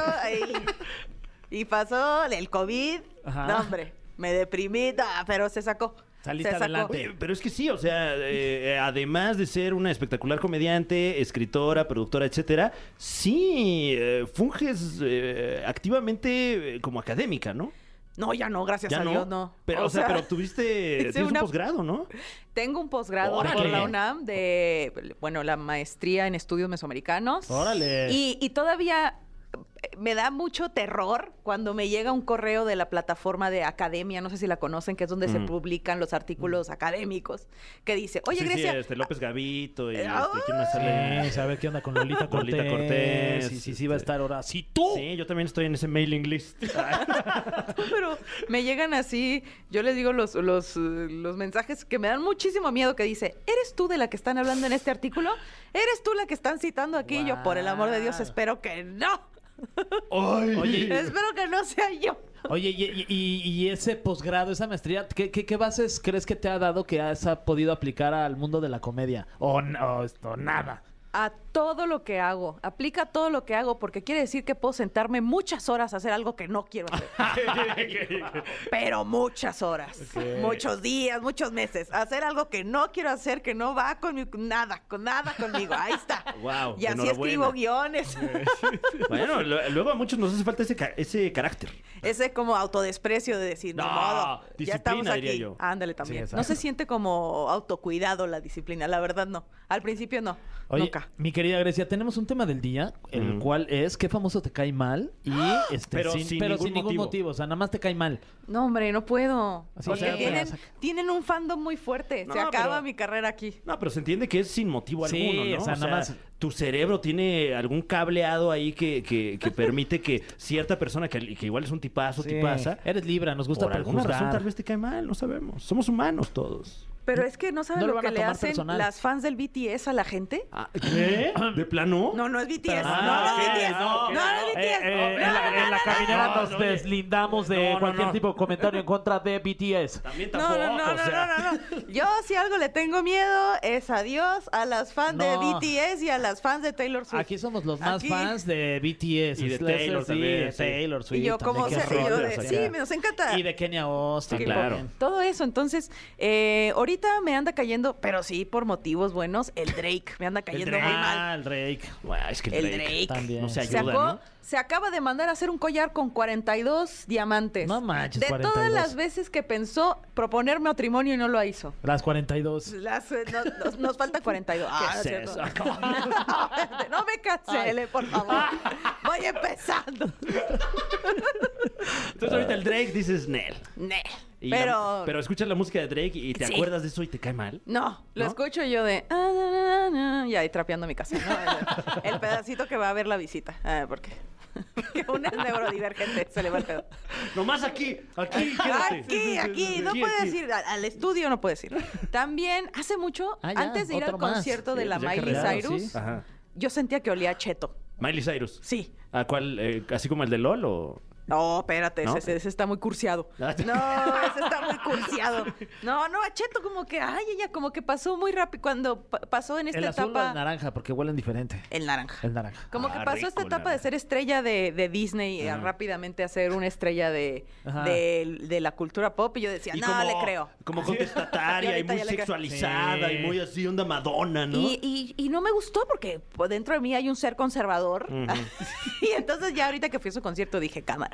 Speaker 6: Y, y pasó el COVID.
Speaker 4: Ajá.
Speaker 6: No, hombre, me deprimí, no, pero se sacó.
Speaker 4: Saliste
Speaker 6: se sacó.
Speaker 4: adelante.
Speaker 3: Oye, eh, pero es que sí, o sea, eh, eh, además de ser una espectacular comediante, escritora, productora, etcétera, sí eh, funges eh, activamente eh, como académica, ¿no?
Speaker 6: No, ya no, gracias a Dios, no.
Speaker 3: Pero, o, sea, pero
Speaker 6: <laughs>
Speaker 3: obtuviste
Speaker 6: hice
Speaker 3: tienes un
Speaker 6: una-
Speaker 3: posgrado, ¿no?
Speaker 6: Tengo un posgrado por
Speaker 3: ¡Órale!
Speaker 6: la UNAM de, bueno, la maestría en estudios mesoamericanos.
Speaker 4: Órale.
Speaker 6: Y, y todavía eh, me da mucho terror cuando me llega un correo de la plataforma de academia, no sé si la conocen, que es donde se
Speaker 3: Mm.
Speaker 6: publican los artículos académicos, que dice, oye,
Speaker 3: sí,
Speaker 6: Grecia,
Speaker 3: sí, este López Gavito y
Speaker 6: Eh,
Speaker 3: este,
Speaker 6: ah,
Speaker 3: ¿quién más sale?
Speaker 4: Sí, a ver qué onda con Lolita Cortés.
Speaker 3: Lolita Cortés,
Speaker 4: Sí, sí, sí, va a
Speaker 3: este.
Speaker 4: estar ahora. ¡Sí, tú!
Speaker 3: Sí, yo también estoy en ese mailing <laughs> list.
Speaker 6: <laughs> pero me llegan así, yo les digo los, los, eh, los mensajes que me dan muchísimo miedo, que dice, ¿eres tú de la que están hablando en este artículo? ¿Eres tú la que están citando aquí? Y Yo, por el amor de Dios,
Speaker 4: Guau.
Speaker 6: espero que no.
Speaker 3: Ay. <laughs>
Speaker 6: espero que no sea yo.
Speaker 4: Oye, y, y- y- y ese posgrado, esa maestría, ¿qué, qué, qué bases crees que te ha dado que has ha podido aplicar al mundo de la comedia? O no, esto, nada.
Speaker 6: a todo lo que hago. Aplica a todo lo que hago porque quiere decir que puedo sentarme muchas horas a hacer algo que no quiero hacer.
Speaker 3: <laughs>
Speaker 6: Pero muchas horas, muchos días, muchos meses. Hacer algo que no quiero hacer, que no va con mi- nada, con nada conmigo. Ahí está.
Speaker 3: <laughs> Guau,
Speaker 6: y así
Speaker 3: enhorabuena.
Speaker 6: escribo guiones.
Speaker 3: bueno, lo- luego a muchos nos hace falta ese, ca- ese carácter.
Speaker 6: <laughs> Ese como autodesprecio de decir, no,
Speaker 3: No,
Speaker 6: modo, ya
Speaker 3: disciplina,
Speaker 6: estamos aquí.
Speaker 3: diría yo.
Speaker 6: Ándale
Speaker 4: Sí,
Speaker 6: también.
Speaker 4: exacto.
Speaker 6: no se siente como autocuidado la disciplina, la verdad no. Al principio no,
Speaker 4: Oye,
Speaker 6: nunca.
Speaker 4: mi querida Grecia, tenemos un tema del día, el
Speaker 3: Mm.
Speaker 4: cual es qué famoso te cae mal y
Speaker 6: ¡Ah!
Speaker 4: este,
Speaker 3: Pero sin ningún motivo.
Speaker 4: motivo, o sea, nada más te cae mal.
Speaker 6: No, hombre, no puedo.
Speaker 4: Así
Speaker 6: Porque
Speaker 4: es.
Speaker 6: tienen,
Speaker 4: Saca.
Speaker 6: tienen un fandom muy fuerte. Se
Speaker 3: No,
Speaker 6: acaba
Speaker 3: pero-
Speaker 6: mi carrera aquí.
Speaker 3: No, pero se entiende que es sin motivo
Speaker 4: Sí,
Speaker 3: alguno, ¿no?
Speaker 4: o sea, nada más-
Speaker 3: tu cerebro tiene algún cableado ahí que, que-
Speaker 6: <laughs>
Speaker 3: que permite que cierta persona, que, que igual es un tipazo, tipaza,
Speaker 6: Eh,
Speaker 4: Eres libra, nos gusta
Speaker 3: por alguna
Speaker 4: prejuzgar.
Speaker 3: razón tal vez te cae mal, no sabemos. Somos humanos todos.
Speaker 6: Pero es que no saben
Speaker 4: No lo
Speaker 6: lo,
Speaker 4: van
Speaker 6: que
Speaker 4: a
Speaker 6: le
Speaker 4: tomar
Speaker 6: hacen
Speaker 4: personal.
Speaker 6: las fans del BTS a la gente.
Speaker 3: Ah, ¿Qué? ¿De plano?
Speaker 6: No, no es BTS.
Speaker 4: Ah,
Speaker 6: no, no
Speaker 4: ok,
Speaker 6: es BTS.
Speaker 4: no,
Speaker 6: No,
Speaker 4: ok.
Speaker 6: no es BTS.
Speaker 7: Eh, eh,
Speaker 6: No,
Speaker 7: en
Speaker 6: no, no,
Speaker 7: la, en la
Speaker 6: no, no.
Speaker 7: caminera
Speaker 3: no,
Speaker 7: nos
Speaker 3: no, oye.
Speaker 7: deslindamos de
Speaker 3: No, no,
Speaker 7: cualquier
Speaker 3: no.
Speaker 7: tipo de comentario en contra de BTS.
Speaker 3: También
Speaker 6: No,
Speaker 3: tampoco.
Speaker 6: no, no,
Speaker 3: o
Speaker 6: no,
Speaker 3: sea.
Speaker 6: no,
Speaker 3: <laughs>
Speaker 6: no, no. Yo si algo le tengo miedo es a Dios, a las fans de
Speaker 4: No.
Speaker 6: BTS y a las fans de Taylor Swift.
Speaker 4: Aquí somos los más
Speaker 6: Aquí-
Speaker 4: fans de BTS.
Speaker 3: Y de
Speaker 4: es-
Speaker 3: Taylor
Speaker 4: sí,
Speaker 3: también,
Speaker 4: de
Speaker 3: sí.
Speaker 4: Taylor Swift.
Speaker 6: Y yo
Speaker 4: también,
Speaker 6: como
Speaker 4: qué
Speaker 6: sé, y yo
Speaker 4: rollos
Speaker 6: de,
Speaker 4: acá.
Speaker 6: sí, me nos encanta.
Speaker 4: Y de Kenya Austin.
Speaker 3: Sí, claro.
Speaker 4: también.
Speaker 6: Todo eso, entonces, eh, ahorita me anda cayendo, pero sí por motivos buenos, el Drake, me anda cayendo muy mal.
Speaker 4: Ah, el Drake.
Speaker 3: Bueno, es que
Speaker 6: El Drake.
Speaker 4: También.
Speaker 3: No se
Speaker 6: Se,
Speaker 3: ayuda,
Speaker 6: acabó-
Speaker 3: ¿no?
Speaker 6: se acaba de mandar a hacer un collar con 42 diamantes.
Speaker 4: No manches,
Speaker 6: De
Speaker 4: 42.
Speaker 6: todas las veces que pensó proponer matrimonio y no lo hizo.
Speaker 4: Las 42.
Speaker 6: Las- eh, no- nos, nos falta 42. Ah, no es
Speaker 3: haces?
Speaker 6: cierto. <laughs> no me cancele, por favor. Voy empezando.
Speaker 3: Entonces ahorita el Drake dices Nel.
Speaker 6: Ne.
Speaker 3: Y la-
Speaker 6: Pero,
Speaker 3: pero escuchas la música de Drake y te
Speaker 6: Sí.
Speaker 3: acuerdas de eso y te cae
Speaker 6: <laughs>
Speaker 3: mal.
Speaker 6: no, lo
Speaker 3: ¿No?
Speaker 6: escucho yo de... ah, na, na, na, y ahí trapeando mi casa. ¿no? El, el pedacito que va a ver la visita. Ah, porque <laughs> que una es neurodivergente, se le va el pedo.
Speaker 3: Nomás aquí, aquí, quédate.
Speaker 6: Aquí, aquí, no puedes ir al, al estudio, no puedes ir. También hace mucho,
Speaker 4: Ah, ya,
Speaker 6: antes de ir al
Speaker 4: otro más.
Speaker 6: concierto de
Speaker 3: Sí,
Speaker 6: la
Speaker 3: pues ya
Speaker 6: Miley
Speaker 3: carregaron,
Speaker 6: Cyrus,
Speaker 4: sí.
Speaker 3: Ajá.
Speaker 6: yo sentía que olía a cheto.
Speaker 3: Miley Cyrus.
Speaker 6: Sí.
Speaker 3: ¿A cuál? eh, ¿Así como el de LOL o...?
Speaker 6: No, espérate,
Speaker 3: ¿No?
Speaker 6: Ese, ese está muy cursiado. No,
Speaker 3: <laughs> Ah.
Speaker 6: ese está muy cursiado. No, no, a Cheto como que, ay, ella como que pasó muy rápido cuando pa- pasó en esta
Speaker 4: el azul o
Speaker 6: etapa
Speaker 4: el naranja, porque huelen diferente.
Speaker 6: el naranja.
Speaker 4: El naranja.
Speaker 6: Como que
Speaker 3: Ah,
Speaker 6: pasó esta
Speaker 3: rico,
Speaker 6: etapa de
Speaker 3: naranja.
Speaker 6: ser estrella de, de Disney a rápidamente a ser una estrella de,
Speaker 4: Ajá.
Speaker 6: de, de la cultura pop y yo decía,
Speaker 3: Y
Speaker 6: no,
Speaker 3: como-
Speaker 6: le creo. <laughs>
Speaker 3: Como
Speaker 6: Y
Speaker 3: contestataria y
Speaker 6: ahorita
Speaker 3: muy
Speaker 6: ya le creo.
Speaker 3: sexualizada
Speaker 4: Sí.
Speaker 3: y muy así onda Madonna, ¿no? <laughs>
Speaker 6: Y, y- y no me gustó porque pues, dentro de mí hay un ser conservador. <laughs> y entonces ya ahorita que fui a su concierto dije, cámara,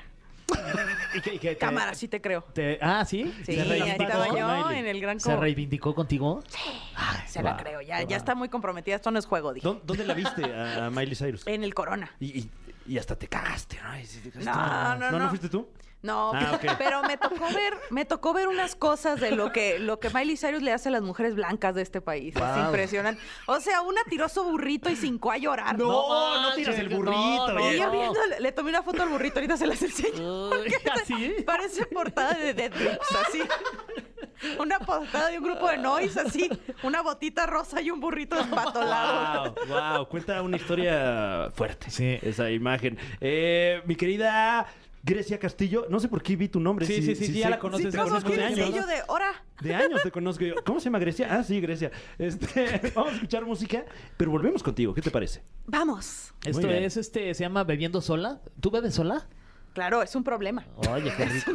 Speaker 4: ¿Y qué- y qué te-
Speaker 6: cámara, sí te creo.
Speaker 4: te- ah, ¿sí?
Speaker 6: Sí,
Speaker 4: ¿Se
Speaker 6: ahí
Speaker 4: reivindicó?
Speaker 6: estaba yo
Speaker 4: Miley?
Speaker 6: en el gran
Speaker 4: ¿Se
Speaker 6: como-
Speaker 4: reivindicó contigo?
Speaker 6: Se la creo, ya, ya está muy comprometida, esto no es juego, dije.
Speaker 3: ¿Dó- ¿Dónde, la viste a,
Speaker 6: <laughs>
Speaker 3: a Miley Cyrus?
Speaker 6: En el corona.
Speaker 3: Y, y- y hasta te cagaste, ¿no? Y sí te cagaste.
Speaker 6: No, no,
Speaker 3: ¿No,
Speaker 6: no.
Speaker 3: fuiste tú?
Speaker 6: No,
Speaker 3: Ah, ok.
Speaker 6: <laughs> pero me tocó ver, me tocó ver unas cosas de lo que, lo que Miley Cyrus le hace a las mujeres blancas de este país. Es
Speaker 4: Wow.
Speaker 6: impresionante. O sea, una tiró su burrito y cinco a llorar.
Speaker 3: No, no tiras el burrito,
Speaker 6: Y yo viéndole- le tomé una foto al burrito, ahorita se las enseño. <laughs>
Speaker 4: ¿Así?
Speaker 6: Parece portada de Dead Grips, <laughs> así. Una portada de un grupo de noise, así. Una botita rosa y un burrito espatolado.
Speaker 3: Wow, wow, cuenta una historia fuerte.
Speaker 4: Sí.
Speaker 3: Esa imagen. Eh, mi querida Grecia Castillo, no sé por qué vi tu nombre.
Speaker 4: Sí,
Speaker 3: si-
Speaker 4: sí, sí,
Speaker 3: si
Speaker 4: sí, ya
Speaker 3: sé-
Speaker 4: la conoces,
Speaker 3: sí, te
Speaker 4: ya
Speaker 6: ¿Cómo
Speaker 4: conoces
Speaker 3: conozco de
Speaker 6: quieres?
Speaker 4: años,
Speaker 6: Y
Speaker 3: años.
Speaker 6: yo de, hora.
Speaker 3: De años te conozco yo. ¿Cómo se llama Grecia? Ah, sí, Grecia. Este, <laughs> vamos a escuchar música, pero volvemos contigo. ¿Qué te parece?
Speaker 6: Vamos.
Speaker 4: Esto
Speaker 3: bien.
Speaker 4: es, este, se llama Bebiendo Sola. ¿Tú bebes sola?
Speaker 6: Claro, es un problema.
Speaker 4: Oye, qué rico.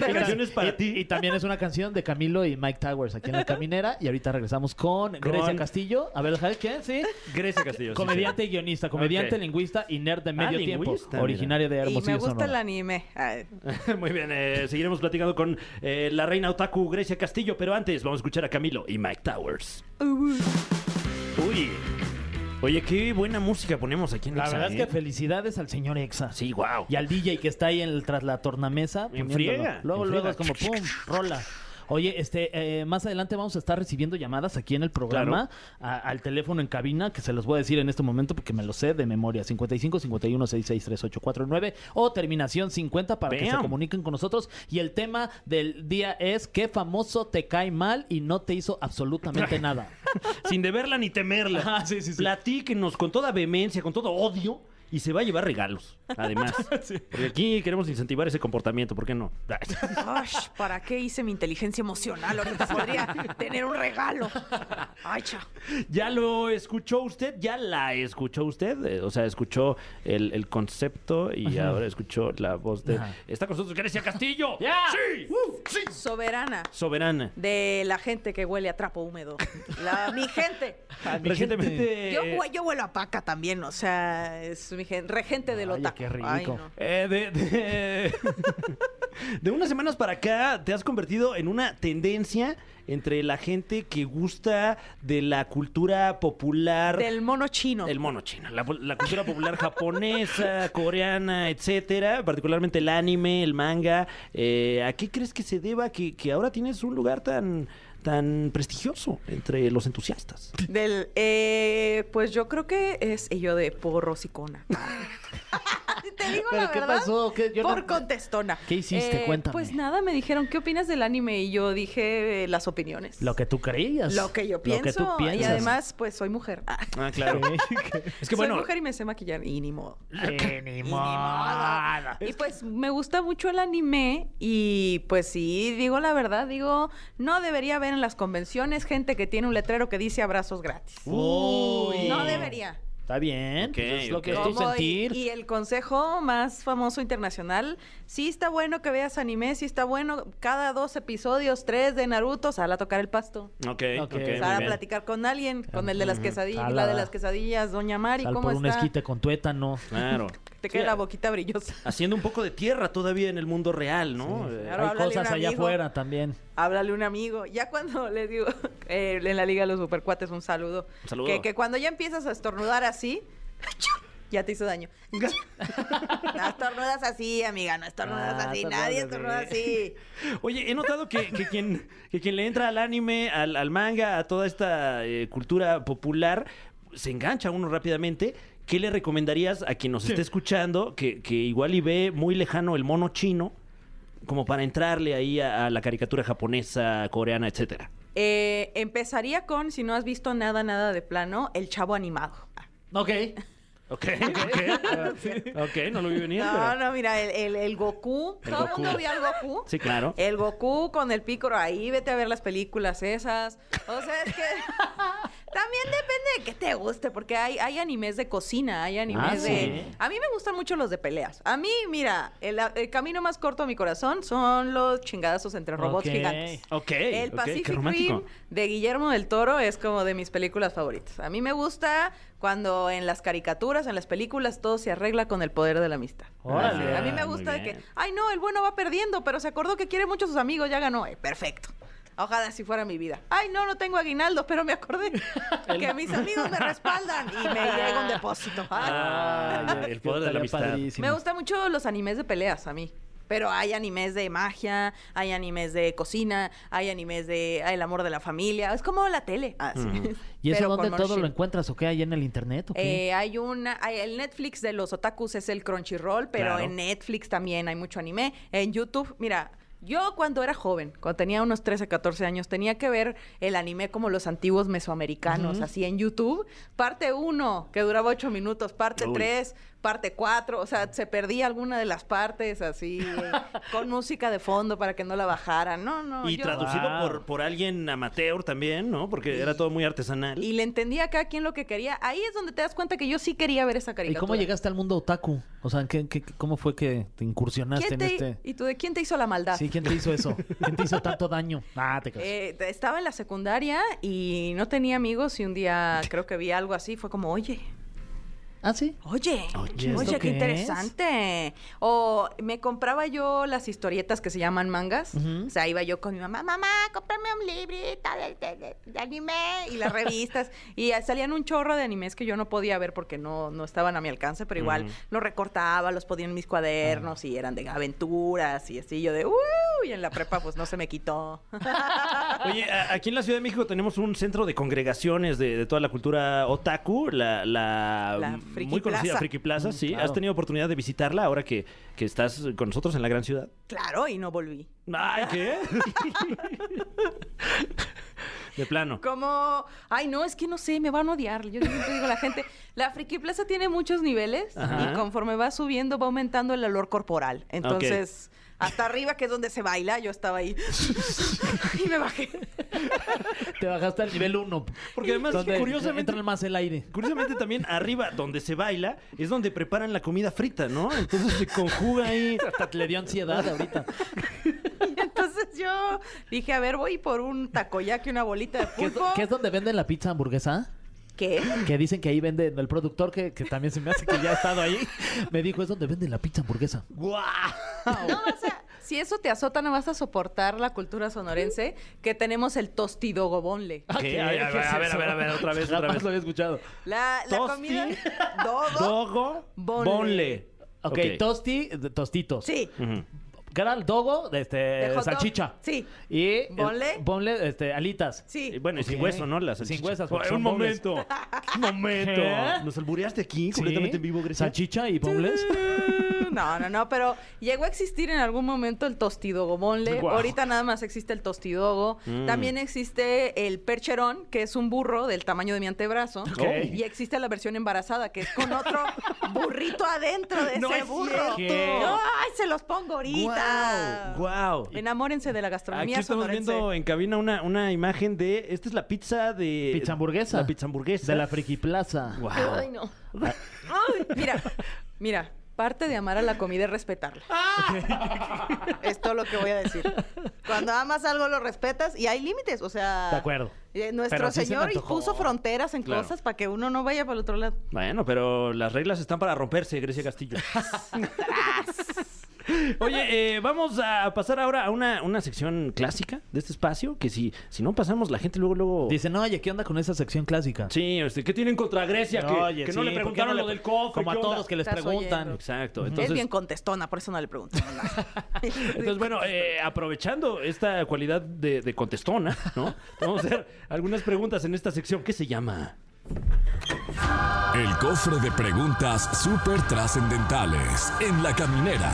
Speaker 3: La canción es para
Speaker 4: y,
Speaker 3: ti.
Speaker 4: y también es una canción de Camilo y Mike Towers aquí en La Caminera. Y ahorita regresamos con, Grecia Castillo. A ver, ¿sabes quién? Sí.
Speaker 3: Grecia Castillo. sí,
Speaker 4: Comediante
Speaker 3: sí.
Speaker 4: y guionista, comediante,
Speaker 3: Ok.
Speaker 4: lingüista y nerd de medio tiempo.
Speaker 3: lingüista, mira.
Speaker 4: Originaria de
Speaker 6: Y me
Speaker 4: Hermosillo,
Speaker 6: gusta el
Speaker 4: Sonora.
Speaker 6: anime. Ay.
Speaker 3: <laughs> Muy bien, eh, seguiremos platicando con eh, la reina otaku Grecia Castillo, pero antes vamos a escuchar a Camilo y Mike Towers. Uy. Oye, qué buena música ponemos aquí en
Speaker 4: La
Speaker 3: Exa,
Speaker 4: verdad es
Speaker 3: ¿eh?
Speaker 4: que felicidades al señor Exa.
Speaker 3: Sí, wow.
Speaker 4: Y al DJ que está ahí en el- tras la tornamesa.
Speaker 3: En
Speaker 4: poniéndolo.
Speaker 3: friega,
Speaker 4: Luego,
Speaker 3: en
Speaker 4: luego
Speaker 3: friega.
Speaker 4: es como pum, rola. Oye, este, eh, más adelante vamos a estar recibiendo llamadas aquí en el programa a- al teléfono en cabina, que se los voy a decir en este momento porque me lo sé de memoria, 55 51 66 38 49 o terminación 50 para que se
Speaker 3: Bam.
Speaker 4: comuniquen con nosotros. Y el tema del día es qué famoso te cae mal y no te hizo absolutamente nada.
Speaker 3: Sin deberla ni temerla.
Speaker 4: Ajá, sí, sí, sí.
Speaker 3: Platíquenos con toda vehemencia, con todo odio. Y se va a llevar regalos,
Speaker 4: <laughs>
Speaker 3: además. Porque aquí queremos incentivar ese comportamiento, ¿por qué no? <laughs>
Speaker 6: Osh, ¿para qué hice mi inteligencia emocional? Ahorita podría tener un regalo. Ay, cha.
Speaker 3: ¿Ya lo escuchó usted? ¿Ya la escuchó usted? Eh, O sea, escuchó el, el concepto y ahora escuchó la voz de...
Speaker 4: Ajá.
Speaker 3: Está con nosotros Grecia Castillo. ¡Sí! ¡Sí!
Speaker 6: Soberana
Speaker 3: Soberana.
Speaker 6: de la gente que huele a trapo húmedo. La, mi gente.
Speaker 3: Recientemente...
Speaker 6: Yo,
Speaker 8: Eh,
Speaker 6: hue- yo huelo a paca también, o sea, es mi gen- regente del
Speaker 4: Oye,
Speaker 6: otaku.
Speaker 4: qué rico.
Speaker 6: Ay, no.
Speaker 3: Eh, de, de- <laughs> de unas semanas para acá te has convertido en una tendencia entre la gente que gusta de la cultura popular
Speaker 6: Del mono chino.
Speaker 3: del mono chino, la, la cultura popular japonesa, <laughs> coreana, etcétera, particularmente el anime, el manga. Eh, ¿A qué crees que se deba que, que ahora tienes un lugar tan, tan prestigioso entre los entusiastas?
Speaker 6: Del, eh, pues yo creo que es y yo de porro sicona. <laughs> te digo
Speaker 8: ¿Pero
Speaker 6: la
Speaker 8: qué
Speaker 6: verdad.
Speaker 8: pasó? ¿Qué? Yo no-
Speaker 6: por contestona.
Speaker 8: ¿Qué hiciste? Cuéntame.
Speaker 6: Pues nada, me dijeron, ¿qué opinas del anime? Y yo dije eh, las opiniones.
Speaker 8: Lo que tú creías.
Speaker 6: Lo que yo pienso.
Speaker 8: Lo que tú piensas.
Speaker 6: Y además, pues soy mujer. Ah,
Speaker 3: Ah,
Speaker 6: <laughs>
Speaker 3: claro. es que
Speaker 6: soy
Speaker 3: bueno,
Speaker 6: mujer y me sé maquillar. Y
Speaker 8: <laughs>
Speaker 6: ni modo.
Speaker 8: Que ni modo.
Speaker 6: Y pues me gusta mucho el anime y pues sí, digo la verdad, digo, no debería haber en las convenciones gente que tiene un letrero que dice abrazos gratis.
Speaker 8: Uy.
Speaker 6: No debería.
Speaker 8: Está bien.
Speaker 3: Ok,
Speaker 8: pues es lo
Speaker 3: ok.
Speaker 8: que es tu
Speaker 6: Como y-
Speaker 8: sentir.
Speaker 6: Y, el consejo más famoso internacional, sí está bueno que veas anime, sí está bueno cada dos episodios, tres de Naruto, sal a tocar el pasto.
Speaker 3: ok, ok,
Speaker 8: Ok,
Speaker 3: muy
Speaker 6: sal a
Speaker 3: bien.
Speaker 6: platicar con alguien, con el de las quesadillas,
Speaker 8: Sal
Speaker 6: la de
Speaker 8: a-
Speaker 6: las quesadillas, Doña Mari,
Speaker 8: Sal
Speaker 6: ¿cómo
Speaker 8: por un
Speaker 6: está?
Speaker 8: esquite con tuétano.
Speaker 3: Claro.
Speaker 6: Te queda la boquita brillosa. <laughs>
Speaker 3: Haciendo un poco de tierra todavía en el mundo real, ¿no? Eh,
Speaker 6: Claro,
Speaker 8: Hay
Speaker 6: háblale a un
Speaker 8: cosas allá
Speaker 6: amigo.
Speaker 8: afuera también.
Speaker 6: háblale a un amigo. Ya cuando <laughs> les digo, eh, en la Liga de los Supercuates, un saludo.
Speaker 3: Un saludo.
Speaker 6: Que, que cuando ya empiezas a estornudar así, <laughs> ya te
Speaker 3: <laughs>
Speaker 6: hizo daño. <laughs> no estornudas así, amiga, no estornudas
Speaker 8: Ah,
Speaker 6: así.
Speaker 8: estornudas
Speaker 6: Nadie
Speaker 8: así.
Speaker 6: estornuda así.
Speaker 3: Oye, he notado que, que quien, que quien le entra al anime, al, al manga, a toda esta eh, cultura popular, se engancha uno rápidamente. ¿Qué le recomendarías a quien nos esté escuchando, que, que igual y ve muy lejano el mono chino, como para entrarle ahí a, a la caricatura japonesa, coreana, etcétera?
Speaker 6: Eh, empezaría con, si no has visto nada, nada de plano, el chavo animado. <laughs>
Speaker 8: Ok.
Speaker 3: <laughs> Ok, ok. ok, no lo vi venir.
Speaker 6: No,
Speaker 3: pero-
Speaker 6: no, mira, el, el- el Goku.
Speaker 3: El
Speaker 6: Todo el
Speaker 3: Goku.
Speaker 6: mundo vio al Goku.
Speaker 3: Sí, claro.
Speaker 6: El Goku con el pícoro ahí, vete a ver las películas esas. O sea, es que también depende de qué te guste, porque hay, hay animes de cocina, hay animes
Speaker 8: Ah,
Speaker 6: de...
Speaker 8: sí.
Speaker 6: A mí me gustan mucho los de peleas. A mí, mira, el, el camino más corto a mi corazón son los chingadazos entre robots
Speaker 8: Ok.
Speaker 6: gigantes.
Speaker 3: Ok.
Speaker 6: El
Speaker 3: ok,
Speaker 6: Pacific
Speaker 3: qué romántico.
Speaker 6: Rim de Guillermo del Toro es como de mis películas favoritas. A mí me gusta cuando en las caricaturas, en las películas, todo se arregla con el poder de la amistad.
Speaker 8: Órale.
Speaker 6: A mí me
Speaker 3: Ah, muy
Speaker 6: gusta de que,
Speaker 3: bien.
Speaker 6: ay no, el bueno va perdiendo, pero se acordó que quiere mucho a sus amigos, ya ganó. Eh, perfecto. Ojalá si fuera mi vida. Ay, no, no tengo aguinaldo, pero
Speaker 3: <laughs>
Speaker 6: me acordé que mis amigos me respaldan y me llega un depósito. Ay.
Speaker 3: Ah, el poder de la
Speaker 8: Estaría
Speaker 3: amistad.
Speaker 8: padrísimo.
Speaker 6: Me gustan mucho los animes de peleas a mí. Pero hay animes de magia, hay animes de cocina, hay animes de ah, el amor de la familia. Es como la tele. Ah, sí. <laughs>
Speaker 8: ¿Y eso
Speaker 6: Pero
Speaker 8: dónde
Speaker 6: con
Speaker 8: todo
Speaker 6: Monoshiro.
Speaker 8: lo encuentras o qué? ¿Ahí en el internet o qué?
Speaker 6: Eh, hay una, hay- el Netflix de los otakus es el Crunchyroll, pero
Speaker 3: Claro.
Speaker 6: en Netflix también hay mucho anime. En YouTube, mira, yo cuando era joven, cuando tenía unos 13, 14 años, tenía que ver el anime como los antiguos mesoamericanos, así en YouTube. Parte 1, que duraba 8 minutos, parte
Speaker 3: Uy.
Speaker 6: 3, parte 4, o sea, se perdía alguna de las partes así,
Speaker 3: <laughs>
Speaker 6: eh, con música de fondo para que no la bajaran. No, no.
Speaker 3: Y
Speaker 6: yo-
Speaker 3: traducido
Speaker 8: Wow.
Speaker 3: por, por alguien amateur también, ¿no? Porque era todo muy artesanal.
Speaker 6: Y le entendía a cada quien lo que quería. Ahí es donde te das cuenta que yo sí quería ver esa
Speaker 8: ¿Y
Speaker 6: caricatura.
Speaker 8: cómo llegaste al mundo otaku? O sea, ¿en ¿qué, qué- cómo fue que te incursionaste
Speaker 6: ¿Quién
Speaker 8: en
Speaker 6: te-
Speaker 8: este...?
Speaker 6: ¿Y tú de quién te hizo la maldad?
Speaker 8: Sí, ¿quién te hizo eso? ¿Quién te hizo tanto daño? Ah, te creas.
Speaker 6: Eh, te- estaba en la secundaria y no tenía amigos y
Speaker 8: <laughs>
Speaker 6: un día creo que vi algo así, fue como, oye,
Speaker 8: ¿Ah, sí?
Speaker 6: oye,
Speaker 8: Oye,
Speaker 6: oye,
Speaker 8: ¿esto
Speaker 6: qué,
Speaker 8: qué es?
Speaker 6: interesante. O me compraba yo las historietas que se llaman mangas, o sea, iba yo con mi mamá, mamá, cómprame un librito de, de- de- de anime y las revistas y ah, salían un chorro de animes que yo no podía ver porque no, no estaban a mi alcance, pero igual los recortaba, los ponía en mis cuadernos y eran de aventuras y así, yo de, uh, y en la prepa pues no se me quitó.
Speaker 3: Oye, a- aquí en la Ciudad de México tenemos un centro de congregaciones de, de toda la cultura otaku, la, la,
Speaker 6: La
Speaker 3: m-
Speaker 6: Friki
Speaker 3: muy conocida
Speaker 6: Plaza.
Speaker 3: Friki Plaza, sí.
Speaker 8: claro.
Speaker 3: ¿Has tenido oportunidad de visitarla ahora que, que estás con nosotros en la gran ciudad?
Speaker 6: Claro, y no volví.
Speaker 3: Ay, ¿qué? <laughs> de plano.
Speaker 6: Como, ay, no, es que no sé, me van a odiar. Yo siempre digo a la gente, la Friki Plaza tiene muchos niveles
Speaker 3: Ajá.
Speaker 6: y conforme va subiendo va aumentando el olor corporal. Entonces, hasta arriba, que es donde se baila, yo estaba ahí <laughs> y me bajé.
Speaker 8: Te bajaste al nivel 1.
Speaker 3: Porque además,
Speaker 8: Donde
Speaker 3: curiosamente...
Speaker 8: entra más el aire.
Speaker 3: Curiosamente también arriba, donde se baila, es donde preparan la comida frita, ¿no? Entonces se conjuga ahí.
Speaker 8: Hasta le dio ansiedad ahorita.
Speaker 6: Y entonces yo dije, a ver, voy por un takoyaki, una bolita de
Speaker 8: ¿Qué es,
Speaker 6: pulpo.
Speaker 8: qué es donde venden la pizza hamburguesa?
Speaker 6: ¿Qué?
Speaker 8: Que dicen que ahí venden, el productor que, que también se me hace que ya ha estado ahí, me dijo, es donde venden la pizza hamburguesa.
Speaker 3: <laughs> ¡Guau!
Speaker 8: Ah,
Speaker 6: No vas a- si eso te azota, no vas a soportar la cultura sonorense que tenemos el tostidogo bonle.
Speaker 3: ¿Qué? A ver, a ver, a ver, a ver, otra vez, otra
Speaker 8: Jamás
Speaker 3: vez.
Speaker 8: lo había escuchado.
Speaker 6: La, la
Speaker 8: <laughs>
Speaker 3: Tosti-
Speaker 6: comida... Dogo.
Speaker 3: Dogo,
Speaker 6: Bonle.
Speaker 3: bonle.
Speaker 8: Ok, tosti, de- tostitos.
Speaker 6: Sí.
Speaker 3: Ujú.
Speaker 8: Gerald Dogo, este,
Speaker 6: hot dog?
Speaker 8: salchicha.
Speaker 6: Sí.
Speaker 8: Y eh,
Speaker 6: ¿Bonelé?
Speaker 8: Bonelé, este, alitas.
Speaker 6: Sí.
Speaker 3: Y bueno, y sin
Speaker 8: Ok.
Speaker 3: hueso, ¿no? Las
Speaker 8: Sin
Speaker 3: salchichas.
Speaker 8: huesas, porque
Speaker 3: Ay,
Speaker 8: son
Speaker 3: Un
Speaker 8: dobles.
Speaker 3: momento. Un momento.
Speaker 8: <laughs> ¿Qué?
Speaker 3: ¿Nos albureaste aquí
Speaker 8: Sí.
Speaker 3: completamente en vivo, Grecia?
Speaker 8: Salchicha y boneless.
Speaker 6: <laughs> No, no, no, pero llegó a existir en algún momento el tostidogo bonle.
Speaker 8: Guau.
Speaker 6: Ahorita nada más existe el tostidogo.
Speaker 3: Mm.
Speaker 6: También existe el percherón, que es un burro del tamaño de mi antebrazo.
Speaker 8: Ok.
Speaker 6: Y existe la versión embarazada, que es con
Speaker 3: <laughs>
Speaker 6: otro burrito adentro de
Speaker 3: No
Speaker 6: ese
Speaker 3: es
Speaker 6: burro.
Speaker 8: cierto.
Speaker 6: No, ¡Ay, se los pongo ahorita!
Speaker 3: ¡Guau! guau.
Speaker 6: Enamórense de la
Speaker 3: Aquí
Speaker 6: gastronomía
Speaker 3: estamos
Speaker 6: sonorense.
Speaker 3: viendo en cabina una, una imagen de. Esta es la pizza de.
Speaker 8: Pizza hamburguesa.
Speaker 3: La pizza hamburguesa.
Speaker 8: De la Friki Plaza.
Speaker 3: Guau.
Speaker 6: Ay, no. Ay, mira, mira, parte de amar a la comida es respetarla.
Speaker 8: Ah.
Speaker 6: Es todo lo que voy a decir. Cuando amas algo, lo respetas y hay límites. O sea.
Speaker 8: De acuerdo.
Speaker 6: eh, nuestro
Speaker 8: Pero sí se me
Speaker 6: Señor
Speaker 8: antojó.
Speaker 6: puso fronteras en
Speaker 3: Claro.
Speaker 6: cosas para que uno no vaya para el otro lado.
Speaker 3: Bueno, pero las reglas están para romperse,
Speaker 8: <laughs>
Speaker 3: Grecia Castillo. Oye, eh, vamos a pasar ahora a una, una sección clásica de este espacio, que si, si no pasamos, la gente luego, luego...
Speaker 8: Dicen, oye, ¿qué onda con esa sección clásica?
Speaker 3: Sí, este, ¿qué tienen contra Grecia? que
Speaker 8: Oye,
Speaker 3: que no
Speaker 8: sí, ¿por
Speaker 3: le
Speaker 8: qué
Speaker 3: preguntaron
Speaker 8: no
Speaker 3: lo
Speaker 8: le-
Speaker 3: del cofre.
Speaker 8: Como a
Speaker 3: ¿qué onda?
Speaker 8: todos que les
Speaker 6: Estás
Speaker 8: preguntan.
Speaker 6: oyendo.
Speaker 3: Exacto. Entonces,
Speaker 6: es bien contestona, por eso no
Speaker 8: <laughs>
Speaker 6: le pregunto nada.
Speaker 3: entonces, bueno, eh, aprovechando esta cualidad de, de contestona,
Speaker 6: <laughs>
Speaker 3: ¿no? Vamos a hacer algunas preguntas en esta sección. ¿Qué se llama?
Speaker 2: El cofre de preguntas súper trascendentales en la caminera.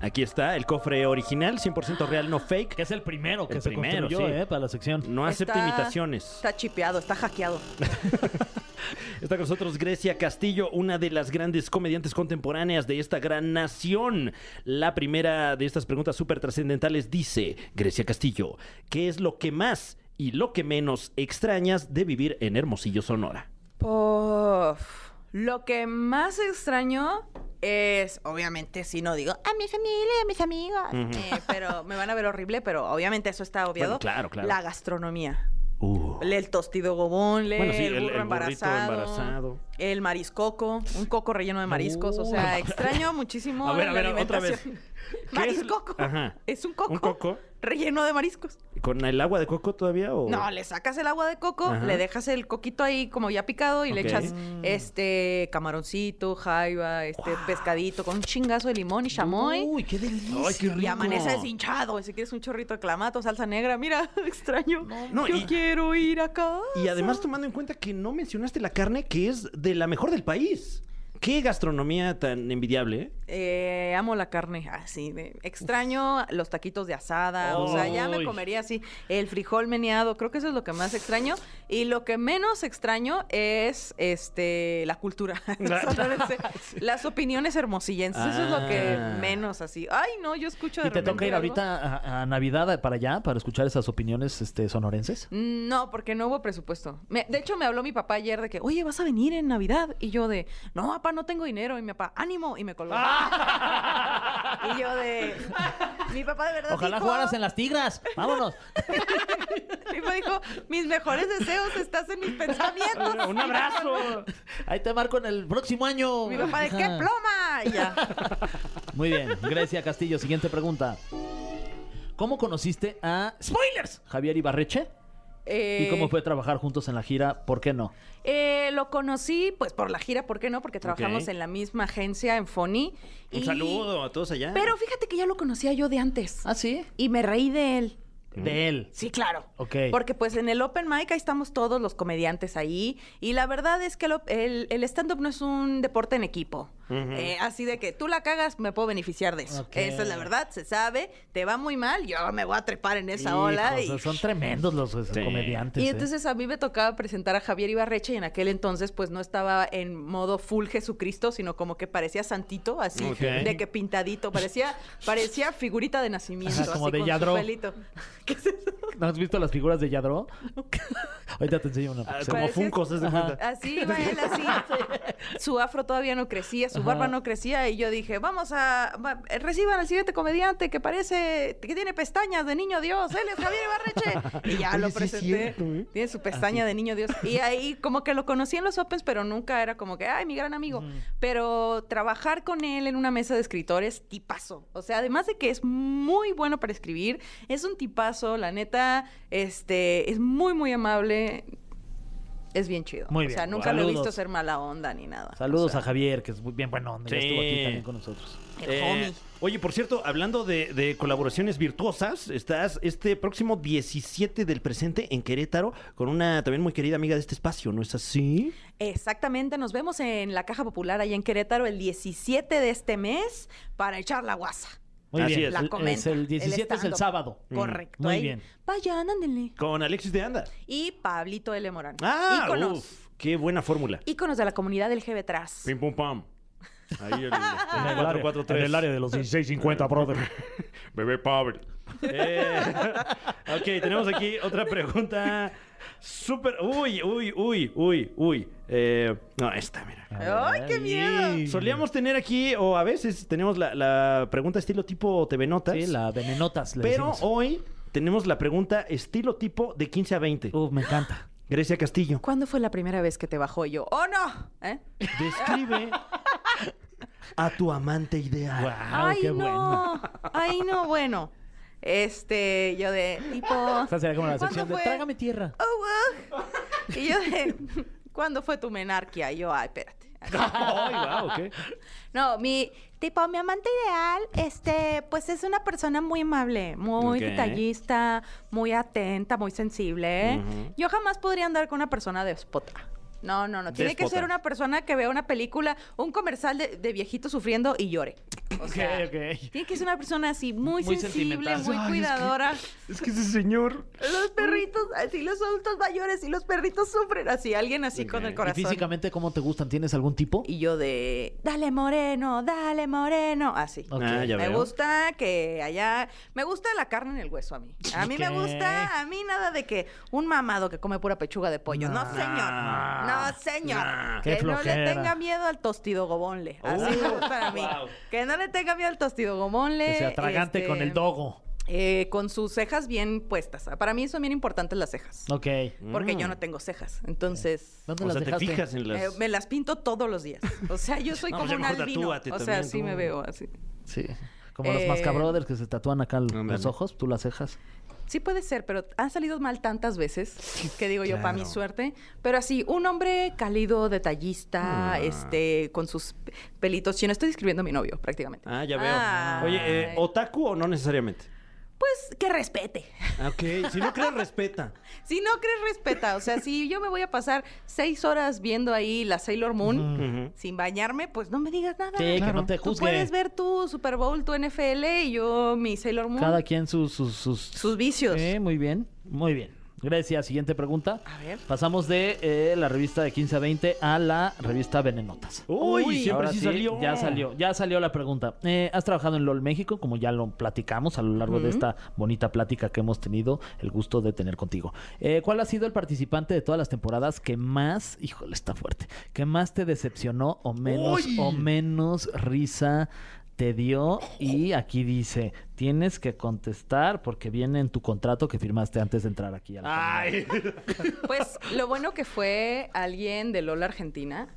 Speaker 3: Aquí está el cofre original, 100% real, no fake.
Speaker 8: Que es el primero que
Speaker 3: El
Speaker 8: se
Speaker 3: primero,
Speaker 8: construyó,
Speaker 3: sí.
Speaker 8: ¿eh? Para la sección.
Speaker 3: No acepta
Speaker 6: Está-
Speaker 3: imitaciones.
Speaker 6: Está chipeado, está hackeado.
Speaker 3: Está con nosotros Grecia Castillo, una de las grandes comediantes contemporáneas de esta gran nación. La primera de estas preguntas súper trascendentales dice, Grecia Castillo, ¿qué es lo que más y lo que menos extrañas de vivir en Hermosillo, Sonora?
Speaker 6: Uf, lo que más extraño es, obviamente, si no digo a mi familia, a mis amigos, eh, pero me van a ver horrible, pero obviamente eso está obviado.
Speaker 3: Bueno, claro, claro.
Speaker 6: La gastronomía.
Speaker 3: Uh.
Speaker 6: El tostido gobón,
Speaker 3: Bueno, sí, el-
Speaker 6: el, burro
Speaker 3: el burrito
Speaker 6: embarazado,
Speaker 3: embarazado.
Speaker 6: el mariscoco, un coco relleno de mariscos, o sea, extraño muchísimo
Speaker 3: A ver, a
Speaker 6: la
Speaker 3: ver, otra vez.
Speaker 6: alimentación.
Speaker 3: ¿Qué es el-
Speaker 6: Mariscoco,
Speaker 3: Ajá.
Speaker 6: es un coco,
Speaker 3: Un coco.
Speaker 6: relleno de mariscos.
Speaker 3: ¿Con el agua de coco todavía o...?
Speaker 6: No, le sacas el agua de coco,
Speaker 3: Ajá.
Speaker 6: le dejas el coquito ahí como ya picado y le
Speaker 3: Ok.
Speaker 6: echas este camaroncito, jaiba, este pescadito con un chingazo de limón y chamoy.
Speaker 8: Uy, qué delicia.
Speaker 3: Ay, qué
Speaker 6: Y
Speaker 3: rico.
Speaker 6: amanece deshinchado. Y Si quieres un chorrito de clamato, salsa negra, <laughs> mira, extraño.
Speaker 3: no,
Speaker 6: Yo
Speaker 3: y-
Speaker 6: quiero ir acá.
Speaker 3: Y además tomando en cuenta que no mencionaste la carne, que es de la mejor del país. Qué gastronomía tan envidiable,
Speaker 6: <laughs>
Speaker 3: ¿eh?
Speaker 6: Eh, amo la carne así. de- Extraño los taquitos de asada. O sea, ya me
Speaker 8: Uy.
Speaker 6: comería así el frijol meneado. Creo que eso es lo que más extraño. Y lo que menos extraño es este la cultura. <laughs>
Speaker 8: <laughs>
Speaker 6: sonorense. Las opiniones hermosillenses. Eso es lo que
Speaker 3: Ah.
Speaker 6: menos así. Ay, no, yo escucho de
Speaker 8: ¿Y te
Speaker 6: repente
Speaker 8: toca ir
Speaker 6: algo.
Speaker 8: ahorita a, a Navidad a- para allá para escuchar esas opiniones este, sonorenses?
Speaker 6: No, porque no hubo presupuesto. Me- de hecho, me habló mi papá ayer de que, oye, vas a venir en Navidad. Y yo de, no, papá, no tengo dinero. Y mi papá, ánimo. Y
Speaker 8: <laughs>
Speaker 6: me colgó. y yo de, mi papá de verdad
Speaker 8: Ojalá
Speaker 6: dijo,
Speaker 8: jugaras en las tigras. Vámonos.
Speaker 6: <laughs> Mi papá dijo, mis mejores deseos estás en
Speaker 8: <laughs>
Speaker 6: mis pensamientos.
Speaker 3: Un abrazo.
Speaker 8: <laughs> Ahí te marco en el próximo año.
Speaker 6: Mi papá de, ¿qué
Speaker 8: Ajá.
Speaker 6: ploma? Y ya.
Speaker 8: Muy bien. Grecia Castillo, siguiente pregunta. ¿Cómo conociste a spoilers Javier Ibarreche? <laughs>
Speaker 6: Eh,
Speaker 8: ¿Y cómo fue trabajar juntos en la gira? ¿Por qué no?
Speaker 6: eh, lo conocí, pues, por la gira, ¿por qué no? Porque trabajamos
Speaker 3: Ok.
Speaker 6: en la misma agencia, en Fony.
Speaker 3: Un saludo a todos allá.
Speaker 6: Pero fíjate que ya lo conocía yo de antes.
Speaker 8: ¿Ah, sí?
Speaker 6: Y me reí de él.
Speaker 8: De él.
Speaker 6: Sí, claro.
Speaker 8: Ok.
Speaker 6: Porque pues en el Open Mic ahí estamos todos los comediantes ahí. Y la verdad es que el, op- el- el stand-up no es un deporte en equipo. Eh, así de que tú la cagas, me puedo beneficiar de eso.
Speaker 8: Ok.
Speaker 6: Esa es la verdad, se sabe. Te va muy mal, yo me voy a trepar en esa
Speaker 8: Hijos,
Speaker 6: ola. Y...
Speaker 8: Son tremendos los eh,
Speaker 3: Sí.
Speaker 8: comediantes.
Speaker 6: Y
Speaker 8: ¿eh?
Speaker 6: entonces a mí me tocaba presentar a Javier Ibarreche y en aquel entonces pues no estaba en modo full Jesucristo, sino como que parecía santito, así
Speaker 3: Ok.
Speaker 6: de que pintadito, parecía parecía figurita de nacimiento,
Speaker 8: Ajá, como
Speaker 6: así
Speaker 8: de
Speaker 6: con
Speaker 8: Yadro.
Speaker 6: su pelito. ¿Qué es eso?
Speaker 8: ¿No has visto las figuras de
Speaker 3: <laughs>
Speaker 8: Yadro? Ahorita te enseño una.
Speaker 3: Ah,
Speaker 8: para que
Speaker 3: como
Speaker 6: Parecías-
Speaker 3: Funkos, haz de cuenta. <laughs>
Speaker 6: Así iba él, así. Su afro todavía no crecía, su barba no crecía. Y yo dije, vamos a. va- eh, reciban al siguiente comediante que parece. que tiene pestañas de niño Dios. Él es Javier
Speaker 3: <laughs>
Speaker 6: Ibarreche. Y ya
Speaker 3: Oye,
Speaker 6: Ah, lo
Speaker 3: sí es
Speaker 6: presenté.
Speaker 3: cierto, ¿eh?
Speaker 6: tiene su pestaña de niño Dios.
Speaker 9: <laughs>
Speaker 6: Y ahí, como que lo conocí en los Opens, pero nunca era como que, ay, mi gran amigo. Pero trabajar con él en una mesa de escritores, tipazo. O sea, además de que es muy bueno para escribir, es un tipazo, la neta. Este, es muy, muy amable. es bien chido.
Speaker 9: Muy
Speaker 6: O sea,
Speaker 9: bien.
Speaker 6: nunca lo he
Speaker 9: Saludos.
Speaker 6: visto ser mala onda ni nada.
Speaker 9: Saludos a Javier, que es muy bien bueno.
Speaker 3: Sí.
Speaker 9: estuvo aquí también con nosotros.
Speaker 6: El
Speaker 3: Eh,
Speaker 6: homie.
Speaker 3: oye, por cierto, hablando de, de colaboraciones virtuosas, estás este próximo 17 del presente en Querétaro con una también muy querida amiga de este espacio, ¿no es así?
Speaker 6: Exactamente, nos vemos en la Caja Popular allá en Querétaro el 17 de este mes para echar la guasa.
Speaker 9: Muy
Speaker 3: Así
Speaker 9: bien.
Speaker 3: es.
Speaker 6: La
Speaker 3: El-
Speaker 6: comenta.
Speaker 9: es el 17 es el
Speaker 6: stand-up.
Speaker 9: sábado.
Speaker 6: Correcto.
Speaker 9: Mm, Muy
Speaker 6: ahí.
Speaker 9: bien.
Speaker 6: Vayan, ándale.
Speaker 3: Con Alexis de Anda.
Speaker 6: Y Pablito L. Morán.
Speaker 3: Ah,
Speaker 6: íconos.
Speaker 3: uf, qué buena fórmula.
Speaker 6: Íconos de la comunidad LGBT. tras.
Speaker 3: Pim pum pam. Ahí el, <laughs> Ah.
Speaker 9: En el, área, en el área de los 16.50, brother.
Speaker 3: Bebé Pavel. Eh, <laughs> ok, tenemos aquí otra pregunta. Súper. Uy, uy, uy, uy, uy. Eh, no, esta, mira.
Speaker 6: ¡Ay, qué miedo!
Speaker 3: Solíamos tener aquí, o a veces tenemos la, la pregunta estilo tipo TV Notas.
Speaker 4: Sí, la venenotas. Le
Speaker 3: pero
Speaker 4: decimos.
Speaker 3: hoy tenemos la pregunta estilo tipo de 15 a 20.
Speaker 4: Uf, me encanta.
Speaker 3: Grecia Castillo.
Speaker 6: ¿Cuándo fue la primera vez que te bajó yo? ¡Oh, no! ¿Eh?
Speaker 4: <laughs>
Speaker 3: Describe a tu amante ideal.
Speaker 4: Ah,
Speaker 6: ¡Ay, no! ¡Ay, no! Bueno, este, yo de tipo...
Speaker 4: Esa sería como la
Speaker 6: ¿cuándo
Speaker 4: sección de
Speaker 6: fue?
Speaker 4: Trágame tierra.
Speaker 6: Oh, wow. Y yo de, <laughs> ¿cuándo fue tu menarquía? Y yo, ay, espérate.
Speaker 3: <laughs> Ay, guau, ok.
Speaker 6: No, mi tipo, mi amante ideal, este, pues es una persona muy amable, muy
Speaker 3: Ok.
Speaker 6: detallista, muy atenta, muy sensible.
Speaker 3: Ujú.
Speaker 6: Yo jamás podría andar con una persona despota. No, no, no. Tiene que
Speaker 3: Déspota.
Speaker 6: ser una persona que vea una película, un comercial de, de viejito sufriendo y llore. O sea, Tiene que ser una persona así, muy,
Speaker 4: Muy
Speaker 6: sensible,
Speaker 4: sentimental.
Speaker 6: muy cuidadora.
Speaker 3: Es que ese señor.
Speaker 6: Los perritos, así los adultos mayores y los perritos sufren así, alguien así con
Speaker 3: Ok.
Speaker 6: el
Speaker 4: ¿Y
Speaker 6: corazón.
Speaker 4: físicamente cómo te gustan? ¿Tienes algún tipo?
Speaker 6: Y yo de, dale moreno, dale moreno, así.
Speaker 4: Ok.
Speaker 3: Ah, ya
Speaker 6: me
Speaker 3: veo.
Speaker 6: gusta que allá, me gusta la carne en el hueso a mí. A mí me gusta, a mí nada de que un mamado que come pura pechuga de pollo. No,
Speaker 3: Nah.
Speaker 6: señor. No, señor.
Speaker 3: Nah. Uh.
Speaker 6: Que
Speaker 9: Qué
Speaker 6: no le
Speaker 9: flojera.
Speaker 6: tenga miedo al tostido gobonle. Así
Speaker 3: <laughs>
Speaker 6: me gusta a mí. Que no le tenga miedo al tostido gobonle.
Speaker 9: Que se atragante
Speaker 6: este,
Speaker 9: con el dogo.
Speaker 6: eh, con sus cejas bien puestas. Ah, Para mí son bien importantes las cejas.
Speaker 9: Ok.
Speaker 6: Porque
Speaker 3: Mm.
Speaker 6: yo no tengo cejas. Entonces.
Speaker 4: ¿Dónde
Speaker 3: O
Speaker 4: las
Speaker 3: sea, te
Speaker 4: dejaste?
Speaker 3: fijas en las.
Speaker 6: Eh, me las pinto todos los días. O sea, yo
Speaker 3: <laughs>
Speaker 6: soy
Speaker 3: No, pues
Speaker 6: como
Speaker 3: ya
Speaker 6: un
Speaker 3: mejor
Speaker 6: albino. O
Speaker 3: tatúate
Speaker 6: sea,
Speaker 3: también,
Speaker 6: sí me
Speaker 3: tú.
Speaker 6: veo así.
Speaker 4: Sí. Como
Speaker 6: Eh,
Speaker 4: los mascabrothers que se tatúan acá l-
Speaker 3: ándale.
Speaker 4: los ojos, tú las cejas.
Speaker 6: Sí puede ser, pero han salido mal tantas veces que digo yo, para mi
Speaker 3: Claro.
Speaker 6: suerte. Pero así, un hombre cálido, detallista,
Speaker 3: Ah.
Speaker 6: este, con sus pelitos chinos. Estoy describiendo a mi novio, prácticamente.
Speaker 3: Ah, ya veo.
Speaker 6: Ay.
Speaker 3: Oye, eh, ¿otaku o no
Speaker 4: <laughs>
Speaker 3: necesariamente?
Speaker 6: Pues que respete. <laughs>
Speaker 3: Ok, si no crees, respeta.
Speaker 6: Si no crees, respeta. O sea, si yo me voy a pasar seis horas viendo ahí la Sailor Moon
Speaker 3: Ujú.
Speaker 6: sin bañarme, pues no me digas nada.
Speaker 4: Sí, que no te
Speaker 6: Tú
Speaker 4: juzgue.
Speaker 6: puedes ver tu Super Bowl, tu NFL y yo mi Sailor Moon.
Speaker 4: Cada quien sus... sus, sus-
Speaker 6: Sus vicios.
Speaker 4: Eh, muy bien, muy bien. Gracias. Siguiente pregunta.
Speaker 6: A ver.
Speaker 4: Pasamos de eh, la revista de 15 a 20 a la revista Venenotas.
Speaker 3: Uy,
Speaker 6: Uy,
Speaker 3: siempre
Speaker 4: Ahora
Speaker 3: sí,
Speaker 4: sí,
Speaker 3: salió.
Speaker 4: Ya salió, ya salió la pregunta. Eh, ¿Has trabajado en LOL México? Como ya lo platicamos a lo largo de esta bonita plática que hemos tenido el gusto de tener contigo. Eh, ¿Cuál ha sido el participante de todas las temporadas que más, híjole, está fuerte, que más te decepcionó o menos,
Speaker 3: Uy.
Speaker 4: o menos risa te dio? Y aquí dice, tienes que contestar porque viene en tu contrato que firmaste antes de entrar aquí. A la cabina.
Speaker 3: Ay.
Speaker 6: Pues lo bueno que fue alguien de Lola Argentina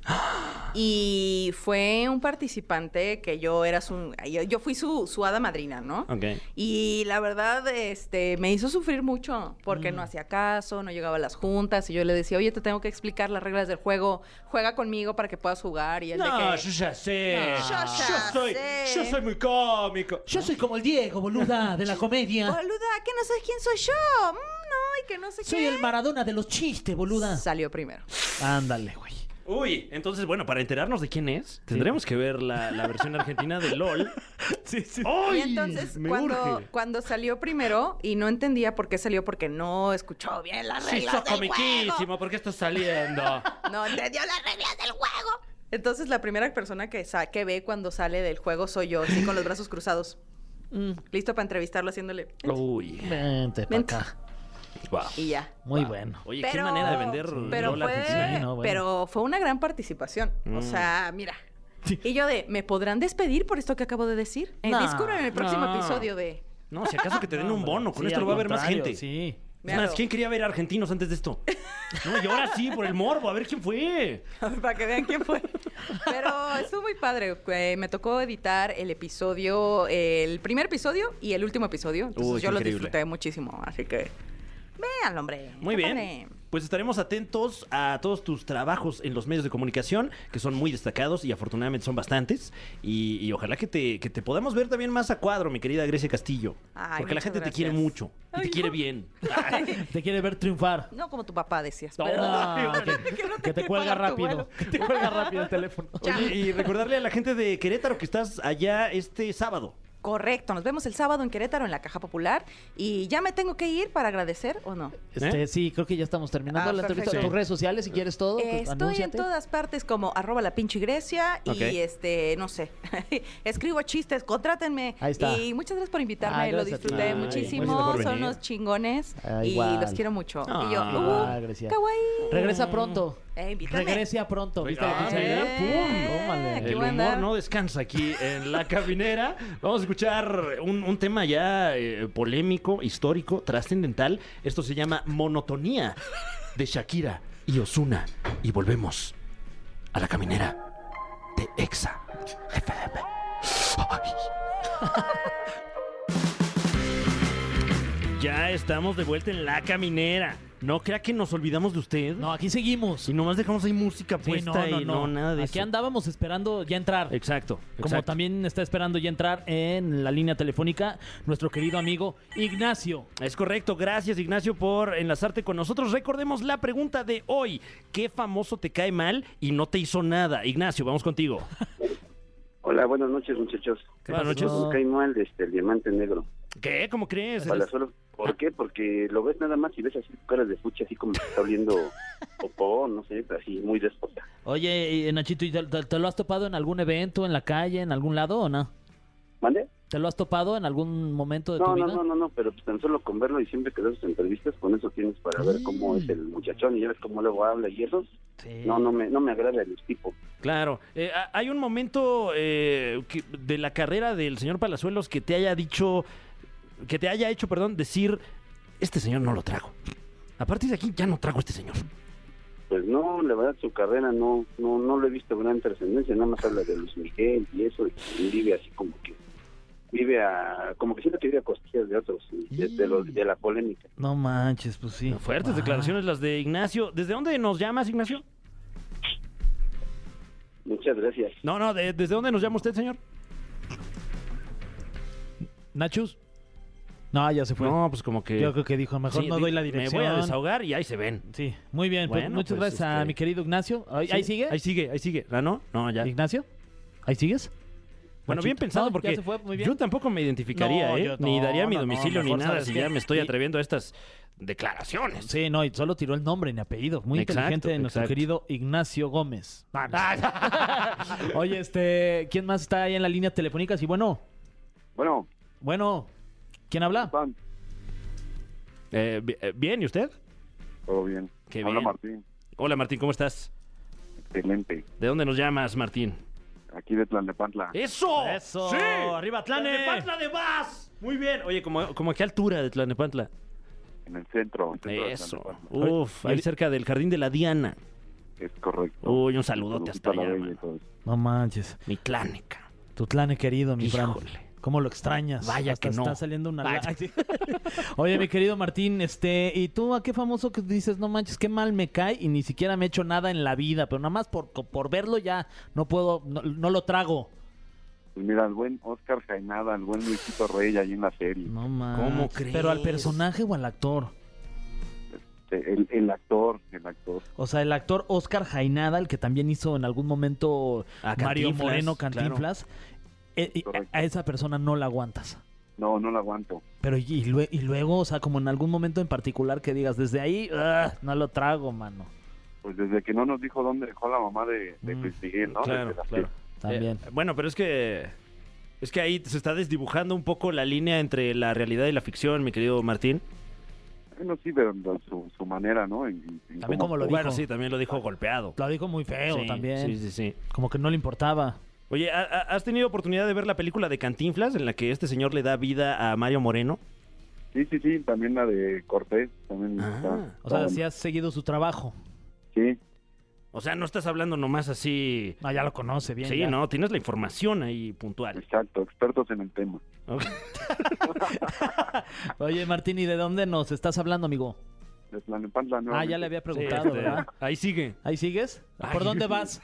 Speaker 6: y fue un participante que yo era su yo, yo fui su, su hada madrina, ¿no?
Speaker 3: Ok.
Speaker 6: Y la verdad, este, me hizo sufrir mucho porque no hacía caso, no llegaba a las juntas y yo le decía, oye, te tengo que explicar las reglas del juego, juega conmigo para que puedas jugar y él de
Speaker 3: No,
Speaker 6: que...
Speaker 3: yo ya sé.
Speaker 6: No. Yo ya
Speaker 3: soy,
Speaker 6: sé.
Speaker 3: yo soy muy cómico.
Speaker 4: Yo soy como el Diego, boluda, de la comedia.
Speaker 6: Boluda, que no sabes quién soy yo. Mm, no, y que no sé
Speaker 4: Soy
Speaker 6: qué.
Speaker 4: el Maradona de los chistes, boluda.
Speaker 6: Salió primero.
Speaker 4: Ándale, güey.
Speaker 3: Uy, entonces, bueno, para enterarnos de quién es, tendremos que ver la, la versión argentina de LOL. Sí, sí.
Speaker 6: Y entonces, cuando, cuando salió primero y no entendía por qué salió, porque no escuchó bien las
Speaker 3: Sí,
Speaker 6: reglas
Speaker 3: sos
Speaker 6: del juego.
Speaker 3: comiquísimo, ¿por qué estás
Speaker 6: <laughs>
Speaker 3: saliendo?
Speaker 6: No entendió las reglas del juego. Entonces, la primera persona que, sa- que ve cuando sale del juego soy yo, así con los brazos cruzados.
Speaker 3: Mm.
Speaker 6: Listo para entrevistarlo haciéndole.
Speaker 3: Uy,
Speaker 4: Vente para
Speaker 6: Vente.
Speaker 4: acá.
Speaker 3: wow.
Speaker 6: Y ya.
Speaker 4: Muy bueno.
Speaker 3: Oye, qué manera de vender
Speaker 6: pero
Speaker 3: LOL
Speaker 6: fue,
Speaker 3: argentina. ¿eh?
Speaker 4: Sí, no, bueno.
Speaker 6: pero fue una gran participación.
Speaker 3: Mm.
Speaker 6: O sea, mira. Y yo de, ¿me podrán despedir por esto que acabo de decir? Eh,
Speaker 4: No,
Speaker 6: disculpen en el próximo
Speaker 3: no.
Speaker 6: episodio de...
Speaker 3: No, si acaso que te den un bono, con
Speaker 4: Sí,
Speaker 3: esto
Speaker 4: al
Speaker 3: lo va a ver más
Speaker 4: contrario,
Speaker 3: gente.
Speaker 4: Sí.
Speaker 6: Me
Speaker 3: Es más,
Speaker 6: hago.
Speaker 3: ¿quién quería ver argentinos antes de esto? No, y ahora sí, por el morbo, a ver quién fue.
Speaker 6: <laughs> Para que vean quién fue. Pero estuvo muy padre. eh, me tocó editar el episodio, eh, el primer episodio y el último episodio. Entonces
Speaker 3: Uy, qué
Speaker 6: yo lo
Speaker 3: increíble.
Speaker 6: disfruté muchísimo. Así que vean, hombre.
Speaker 3: Muy
Speaker 6: Qué
Speaker 3: bien.
Speaker 6: padre.
Speaker 3: Pues estaremos atentos a todos tus trabajos en los medios de comunicación, que son muy destacados y afortunadamente son bastantes. Y, y ojalá que te, que te podamos ver también más a cuadro, mi querida Grecia Castillo.
Speaker 6: Ay,
Speaker 3: porque la
Speaker 6: muchas
Speaker 3: gente te quiere
Speaker 6: gracias.
Speaker 3: mucho y te
Speaker 6: Ay,
Speaker 3: quiere
Speaker 6: no.
Speaker 3: bien.
Speaker 4: Te quiere ver triunfar.
Speaker 6: <laughs> No como tu papá decías.
Speaker 4: No,
Speaker 6: pero-
Speaker 4: no, que,
Speaker 6: que no
Speaker 4: que te
Speaker 6: quiere
Speaker 4: cuelga
Speaker 6: pagar tu
Speaker 4: rápido.
Speaker 6: vuelo.
Speaker 4: Que te cuelga rápido el teléfono.
Speaker 3: Oye, y recordarle a la gente de Querétaro que estás allá este sábado.
Speaker 6: Correcto, nos vemos el sábado en Querétaro en la Caja Popular y ya me tengo que ir para agradecer o no.
Speaker 4: Este, Sí, creo que ya estamos terminando
Speaker 6: Ah,
Speaker 4: la entrevista.
Speaker 6: perfecto.
Speaker 4: Tus redes sociales, si quieres todo, pues,
Speaker 6: Eh, Estoy
Speaker 4: anúnciate.
Speaker 6: en todas partes como arroba la pinche Grecia y
Speaker 3: Ok.
Speaker 6: este, no sé, <laughs> escribo chistes, contrátenme.
Speaker 4: Ahí está.
Speaker 6: Y muchas gracias por invitarme,
Speaker 4: Ay,
Speaker 6: lo
Speaker 4: gracias a ti.
Speaker 6: disfruté
Speaker 4: Ay,
Speaker 3: gracias
Speaker 6: muchísimo,
Speaker 3: por
Speaker 6: son
Speaker 3: venir.
Speaker 6: unos chingones
Speaker 4: Ah,
Speaker 6: y
Speaker 4: igual.
Speaker 6: los quiero mucho. y yo,
Speaker 3: Ah,
Speaker 6: uh,
Speaker 4: igual, Grecia.
Speaker 6: kawaii.
Speaker 4: Regresa pronto.
Speaker 6: Eh, invítame.
Speaker 4: Regresa pronto. ¿Viste "Eh, lo que
Speaker 3: Ah,
Speaker 4: hice ayer?
Speaker 3: mira,
Speaker 4: ¡Pum!
Speaker 6: pum.
Speaker 4: <laughs> Tómale.
Speaker 6: Qué
Speaker 3: El
Speaker 6: buena
Speaker 3: humor
Speaker 6: onda.
Speaker 3: no descansa aquí en la cabinera. Vamos a escuchar un, un tema ya eh, polémico, histórico, trascendental. Esto se llama Monotonía de Shakira y Osuna. Y volvemos a la caminera de Exa FM. Ay. Ya estamos de vuelta en la caminera. No crea que nos olvidamos de usted.
Speaker 4: No, aquí seguimos.
Speaker 3: Si nomás dejamos ahí música
Speaker 4: Sí,
Speaker 3: puesta y no, nada de
Speaker 4: Aquí
Speaker 3: eso.
Speaker 4: andábamos esperando ya entrar.
Speaker 3: Exacto.
Speaker 4: Como
Speaker 3: exacto.
Speaker 4: también está esperando ya entrar en la línea telefónica nuestro querido amigo Ignacio.
Speaker 3: Es correcto, gracias Ignacio por enlazarte con nosotros. Recordemos la pregunta de hoy. ¿Qué famoso te cae mal y no te hizo nada? Ignacio, vamos
Speaker 4: <laughs>
Speaker 3: contigo.
Speaker 10: Hola, buenas noches, muchachos.
Speaker 3: Buenas noches.
Speaker 10: Me cae mal este, el diamante negro.
Speaker 3: ¿Qué? ¿Cómo crees?
Speaker 10: Palazuelos. ¿Por qué? Porque lo ves nada más y ves así caras de fuchi, así como que está oliendo popó, no sé, así muy despota.
Speaker 4: Oye, eh, Nachito, ¿y te, te- te lo has topado en algún evento, en la calle, en algún lado o no?
Speaker 10: ¿Mande?
Speaker 4: ¿Te lo has topado en algún momento de tu
Speaker 10: No, no,
Speaker 4: vida?
Speaker 10: no, no, no, pero pues tan solo con verlo y siempre que das sus entrevistas, con eso tienes para ver cómo es el muchachón y ya ves cómo luego habla y eso. No, no me, no me agrada el tipo.
Speaker 3: Claro. Eh, ha- hay un momento eh, que- de la carrera del señor Palazuelos que te haya dicho, que te haya hecho, perdón, decir, este señor no lo trago. A partir de aquí ya no trago a este señor.
Speaker 10: Pues no, la verdad su carrera no, no, no le he visto gran trascendencia, nada más habla de Luis Miguel y eso, y vive así como que vive a, como que siento que vive a costillas de otros, de, de los- de la polémica.
Speaker 4: No manches, pues sí.
Speaker 3: Fuertes
Speaker 4: Wow.
Speaker 3: declaraciones las de Ignacio. ¿Desde dónde nos llamas, Ignacio?
Speaker 10: Muchas gracias.
Speaker 3: No, no, de- ¿desde dónde nos llama usted, señor?
Speaker 4: ¿Nachus? No, ya se fue.
Speaker 3: No, pues como
Speaker 10: eh,
Speaker 3: que...
Speaker 4: Yo creo que dijo, mejor
Speaker 3: Sí,
Speaker 4: no
Speaker 3: di-
Speaker 4: doy la dirección.
Speaker 3: Me voy a desahogar y ahí se ven.
Speaker 4: Sí, muy bien. pues,
Speaker 3: Bueno,
Speaker 4: muchas
Speaker 3: pues,
Speaker 4: gracias a
Speaker 3: este-
Speaker 4: mi querido Ignacio. Ahí, ahí sigue.
Speaker 3: Ahí sigue, ahí sigue. ¿Ah, no? No, ya.
Speaker 4: Ignacio, ¿ahí sigues?
Speaker 3: Bueno, bien
Speaker 4: Nachito.
Speaker 3: pensado
Speaker 4: No, ya
Speaker 3: porque
Speaker 4: se fue, muy bien.
Speaker 3: yo tampoco me identificaría,
Speaker 4: No,
Speaker 3: ¿eh?
Speaker 4: yo
Speaker 3: ni
Speaker 4: no,
Speaker 3: daría mi
Speaker 4: no, no,
Speaker 3: domicilio ni
Speaker 4: mejor,
Speaker 3: nada
Speaker 4: ¿sabes
Speaker 3: si
Speaker 4: qué?
Speaker 3: ya me estoy
Speaker 4: Y-
Speaker 3: atreviendo a estas declaraciones.
Speaker 4: Sí, no, y solo tiró el nombre ni apellido. Muy
Speaker 3: Exacto,
Speaker 4: inteligente de nuestro
Speaker 3: exacto.
Speaker 4: querido Ignacio Gómez. Ah. Oye, este, ¿quién más está ahí en la línea telefónica? Sí, bueno,
Speaker 10: Bueno,
Speaker 4: bueno, ¿quién
Speaker 3: Ah.
Speaker 4: habla?
Speaker 11: Pan,
Speaker 3: <laughs> Eh, bi- eh, bien, ¿y usted?
Speaker 11: todo bien.
Speaker 3: Qué
Speaker 11: Habla
Speaker 3: bien.
Speaker 11: Martín,
Speaker 3: Hola, Martín, ¿cómo estás?
Speaker 11: excelente.
Speaker 3: ¿De dónde nos llamas, Martín?
Speaker 11: Aquí de Tlalnepantla.
Speaker 3: ¡Eso!
Speaker 4: Eso,
Speaker 3: ¡Sí!
Speaker 4: arriba, Tlane.
Speaker 3: ¡Tlanepantla de más! Muy bien. Oye, ¿como, como a qué altura de Tlanepantla?
Speaker 11: En el centro. en el centro de
Speaker 3: Eso.
Speaker 11: Tlalnepantla.
Speaker 3: Uf, ahí cerca del Jardín de la Diana.
Speaker 11: Es correcto.
Speaker 3: Uy, un saludote
Speaker 11: Saludcita
Speaker 3: hasta
Speaker 11: a la
Speaker 3: allá,
Speaker 11: bella y
Speaker 3: mano.
Speaker 11: todo.
Speaker 4: No manches,
Speaker 3: Mi Tlaneca.
Speaker 4: tu tlane querido, mi Fran.
Speaker 3: Híjole.
Speaker 4: ¿Cómo lo extrañas?
Speaker 3: Vaya
Speaker 4: Hasta
Speaker 3: que no.
Speaker 4: Está saliendo una...
Speaker 3: Vaya.
Speaker 4: la- <laughs> Ay, sí. Oye, mi querido Martín, este, ¿y tú a qué famoso que dices, no manches, qué mal me cae y ni siquiera me he hecho nada en la vida? Pero nada más por, por verlo ya no puedo, no, no lo trago.
Speaker 11: Pues mira, el buen Oscar Jainada, el buen Luisito Rey ahí en la serie.
Speaker 3: Mm.
Speaker 4: No manches.
Speaker 3: ¿Cómo crees?
Speaker 4: Pero al personaje o al actor.
Speaker 11: El, el actor, el actor.
Speaker 4: O sea, el actor Oscar Jainada, el que también hizo en algún momento
Speaker 3: A
Speaker 4: Mario
Speaker 3: Cantinflas,
Speaker 4: Moreno
Speaker 3: claro.
Speaker 4: Cantinflas, eh, eh,
Speaker 11: Correcto.
Speaker 4: a esa persona no la aguantas.
Speaker 11: No, no lo aguanto.
Speaker 4: Pero y, y lue- y luego, o sea, como en algún momento en particular que digas, desde ahí, "Ugh, no lo trago, mano.
Speaker 11: Pues desde que no nos dijo dónde dejó la mamá de, de
Speaker 4: Mm,
Speaker 11: Luis Miguel, ¿no?
Speaker 3: Claro,
Speaker 11: Desde la
Speaker 3: claro.
Speaker 4: También.
Speaker 3: Eh, bueno, pero es que. Es que ahí se está desdibujando un poco la línea entre la realidad y la ficción, mi querido Martín.
Speaker 11: Bueno, sí, de, de su, su manera, ¿no? En- en- en
Speaker 4: También
Speaker 11: cómo
Speaker 4: como lo
Speaker 11: actuó.
Speaker 3: Bueno,
Speaker 4: dijo.
Speaker 3: sí, también lo dijo golpeado.
Speaker 4: Lo dijo muy feo
Speaker 3: Sí,
Speaker 4: también.
Speaker 3: Sí, sí, sí.
Speaker 4: Como que no le importaba.
Speaker 3: Oye, ¿ha- ha- ¿has tenido oportunidad de ver la película de Cantinflas en la que este señor le da vida a Mario Moreno?
Speaker 11: Sí, sí, sí, también la de Cortés. También
Speaker 3: Ah,
Speaker 11: está-
Speaker 3: o sea,
Speaker 4: O sea,
Speaker 10: Oh.
Speaker 11: está-
Speaker 4: si has seguido su trabajo.
Speaker 11: Sí,
Speaker 3: O sea, no estás hablando nomás así.
Speaker 4: Ah, ya lo conoce bien.
Speaker 3: sí,
Speaker 4: ya.
Speaker 3: no, tienes la información ahí puntual.
Speaker 11: exacto, expertos en el tema.
Speaker 3: Ok.
Speaker 4: Oye, Martín, ¿y de dónde nos estás hablando, amigo?
Speaker 11: De
Speaker 10: de Tlalnepantla.
Speaker 4: Ah, ya
Speaker 10: nuevamente.
Speaker 4: le había
Speaker 3: Sí, <laughs>
Speaker 4: preguntado,
Speaker 3: este,
Speaker 4: ¿verdad?
Speaker 3: ahí sigue.
Speaker 4: ¿Ahí sigues? ¿Por
Speaker 3: Ay.
Speaker 4: dónde vas?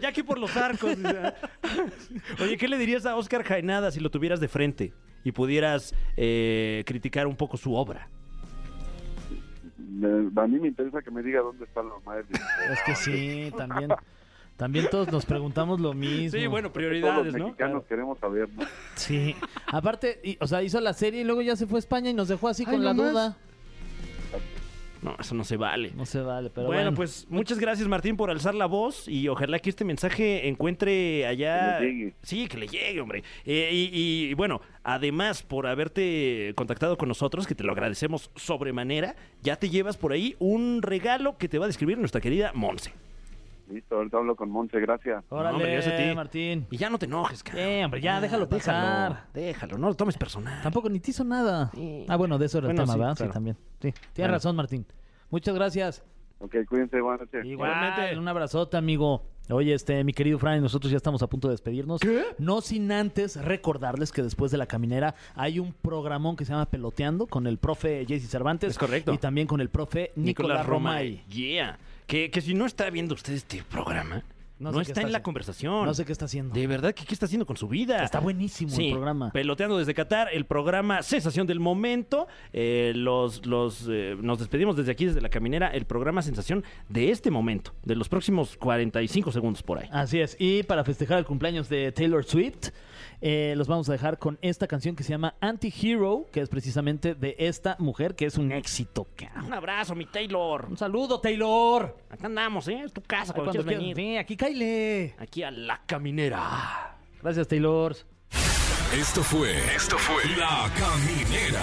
Speaker 3: Ya aquí por los arcos. o sea. <laughs> Oye, ¿qué le dirías a Oscar Jaenada si lo tuvieras de frente y pudieras eh, criticar un poco su obra?
Speaker 10: Me- a mí me interesa que me diga dónde está la madre.
Speaker 4: <laughs> Es que sí, también. También todos nos preguntamos lo mismo.
Speaker 3: Sí, bueno,
Speaker 10: Todos los
Speaker 3: prioridades, ¿no?
Speaker 10: mexicanos queremos saber, ¿no?
Speaker 4: Sí. Aparte, y- o sea, hizo la serie y luego ya se fue a España y nos dejó así
Speaker 8: Ay,
Speaker 4: con la
Speaker 8: nomás.
Speaker 4: duda.
Speaker 3: No, eso no se vale.
Speaker 4: No se vale, pero
Speaker 3: bueno,
Speaker 4: bueno.
Speaker 3: pues muchas gracias Martín por alzar la voz y ojalá que este mensaje encuentre allá...
Speaker 10: Que le llegue.
Speaker 3: Sí, que le llegue, hombre. Eh, y, y, bueno, además por haberte contactado con nosotros, que te lo agradecemos sobremanera, ya te llevas por ahí un regalo que te va a describir nuestra querida Monse.
Speaker 10: Listo, ahorita hablo con Monse, gracias.
Speaker 4: Órale,
Speaker 3: No, hombre, gracias a ti.
Speaker 4: Martín.
Speaker 3: Y ya no te enojes, cara.
Speaker 4: Eh, hombre, ya, déjalo
Speaker 3: déjalo,
Speaker 4: pasar.
Speaker 3: déjalo, no lo tomes personal.
Speaker 4: Tampoco ni te hizo nada.
Speaker 3: Sí.
Speaker 4: Ah, bueno, de eso era
Speaker 3: Bueno,
Speaker 4: el tema,
Speaker 3: sí,
Speaker 4: ¿verdad?
Speaker 3: claro.
Speaker 4: Sí, también. Sí, tienes
Speaker 3: Bueno.
Speaker 4: razón, Martín. Muchas gracias.
Speaker 10: Ok, cuídense, buenas noches.
Speaker 4: Igualmente. Un abrazote, amigo. Oye, este, mi querido Fran, nosotros ya estamos a punto de despedirnos. No sin antes recordarles que después de la caminera hay un programón que se llama Peloteando con el profe Jesse Cervantes.
Speaker 3: Es correcto.
Speaker 4: Y también con el profe Nicolás,
Speaker 3: Nicolás
Speaker 4: Romay.
Speaker 3: Romay. Yeah. Que, que si no está viendo usted este programa,
Speaker 4: No
Speaker 3: no,
Speaker 4: sé
Speaker 3: está,
Speaker 4: qué está
Speaker 3: en la
Speaker 4: haciendo.
Speaker 3: conversación.
Speaker 4: No sé qué está haciendo.
Speaker 3: De verdad, que ¿qué está haciendo con su vida?
Speaker 4: Está buenísimo el programa.
Speaker 3: Peloteando desde Qatar, el programa Sensación del Momento. Eh, los, los, eh, nos despedimos desde aquí, desde la caminera, el programa Sensación de este momento, de los próximos 45 segundos por ahí.
Speaker 4: Así es. Y para festejar el cumpleaños de Taylor Swift, eh, los vamos a dejar con esta canción que se llama Anti-Hero, que es precisamente de esta mujer, que es un éxito. cabrón.
Speaker 3: Un abrazo, mi Taylor.
Speaker 4: Un saludo, Taylor.
Speaker 3: Acá andamos, ¿eh? Es tu casa cuando,
Speaker 4: Cuando
Speaker 3: quieras
Speaker 4: quieras.
Speaker 3: venir.
Speaker 4: Ven, aquí caile.
Speaker 3: Aquí a la caminera.
Speaker 4: Gracias, Taylor.
Speaker 2: Esto fue. Esto fue. La Caminera.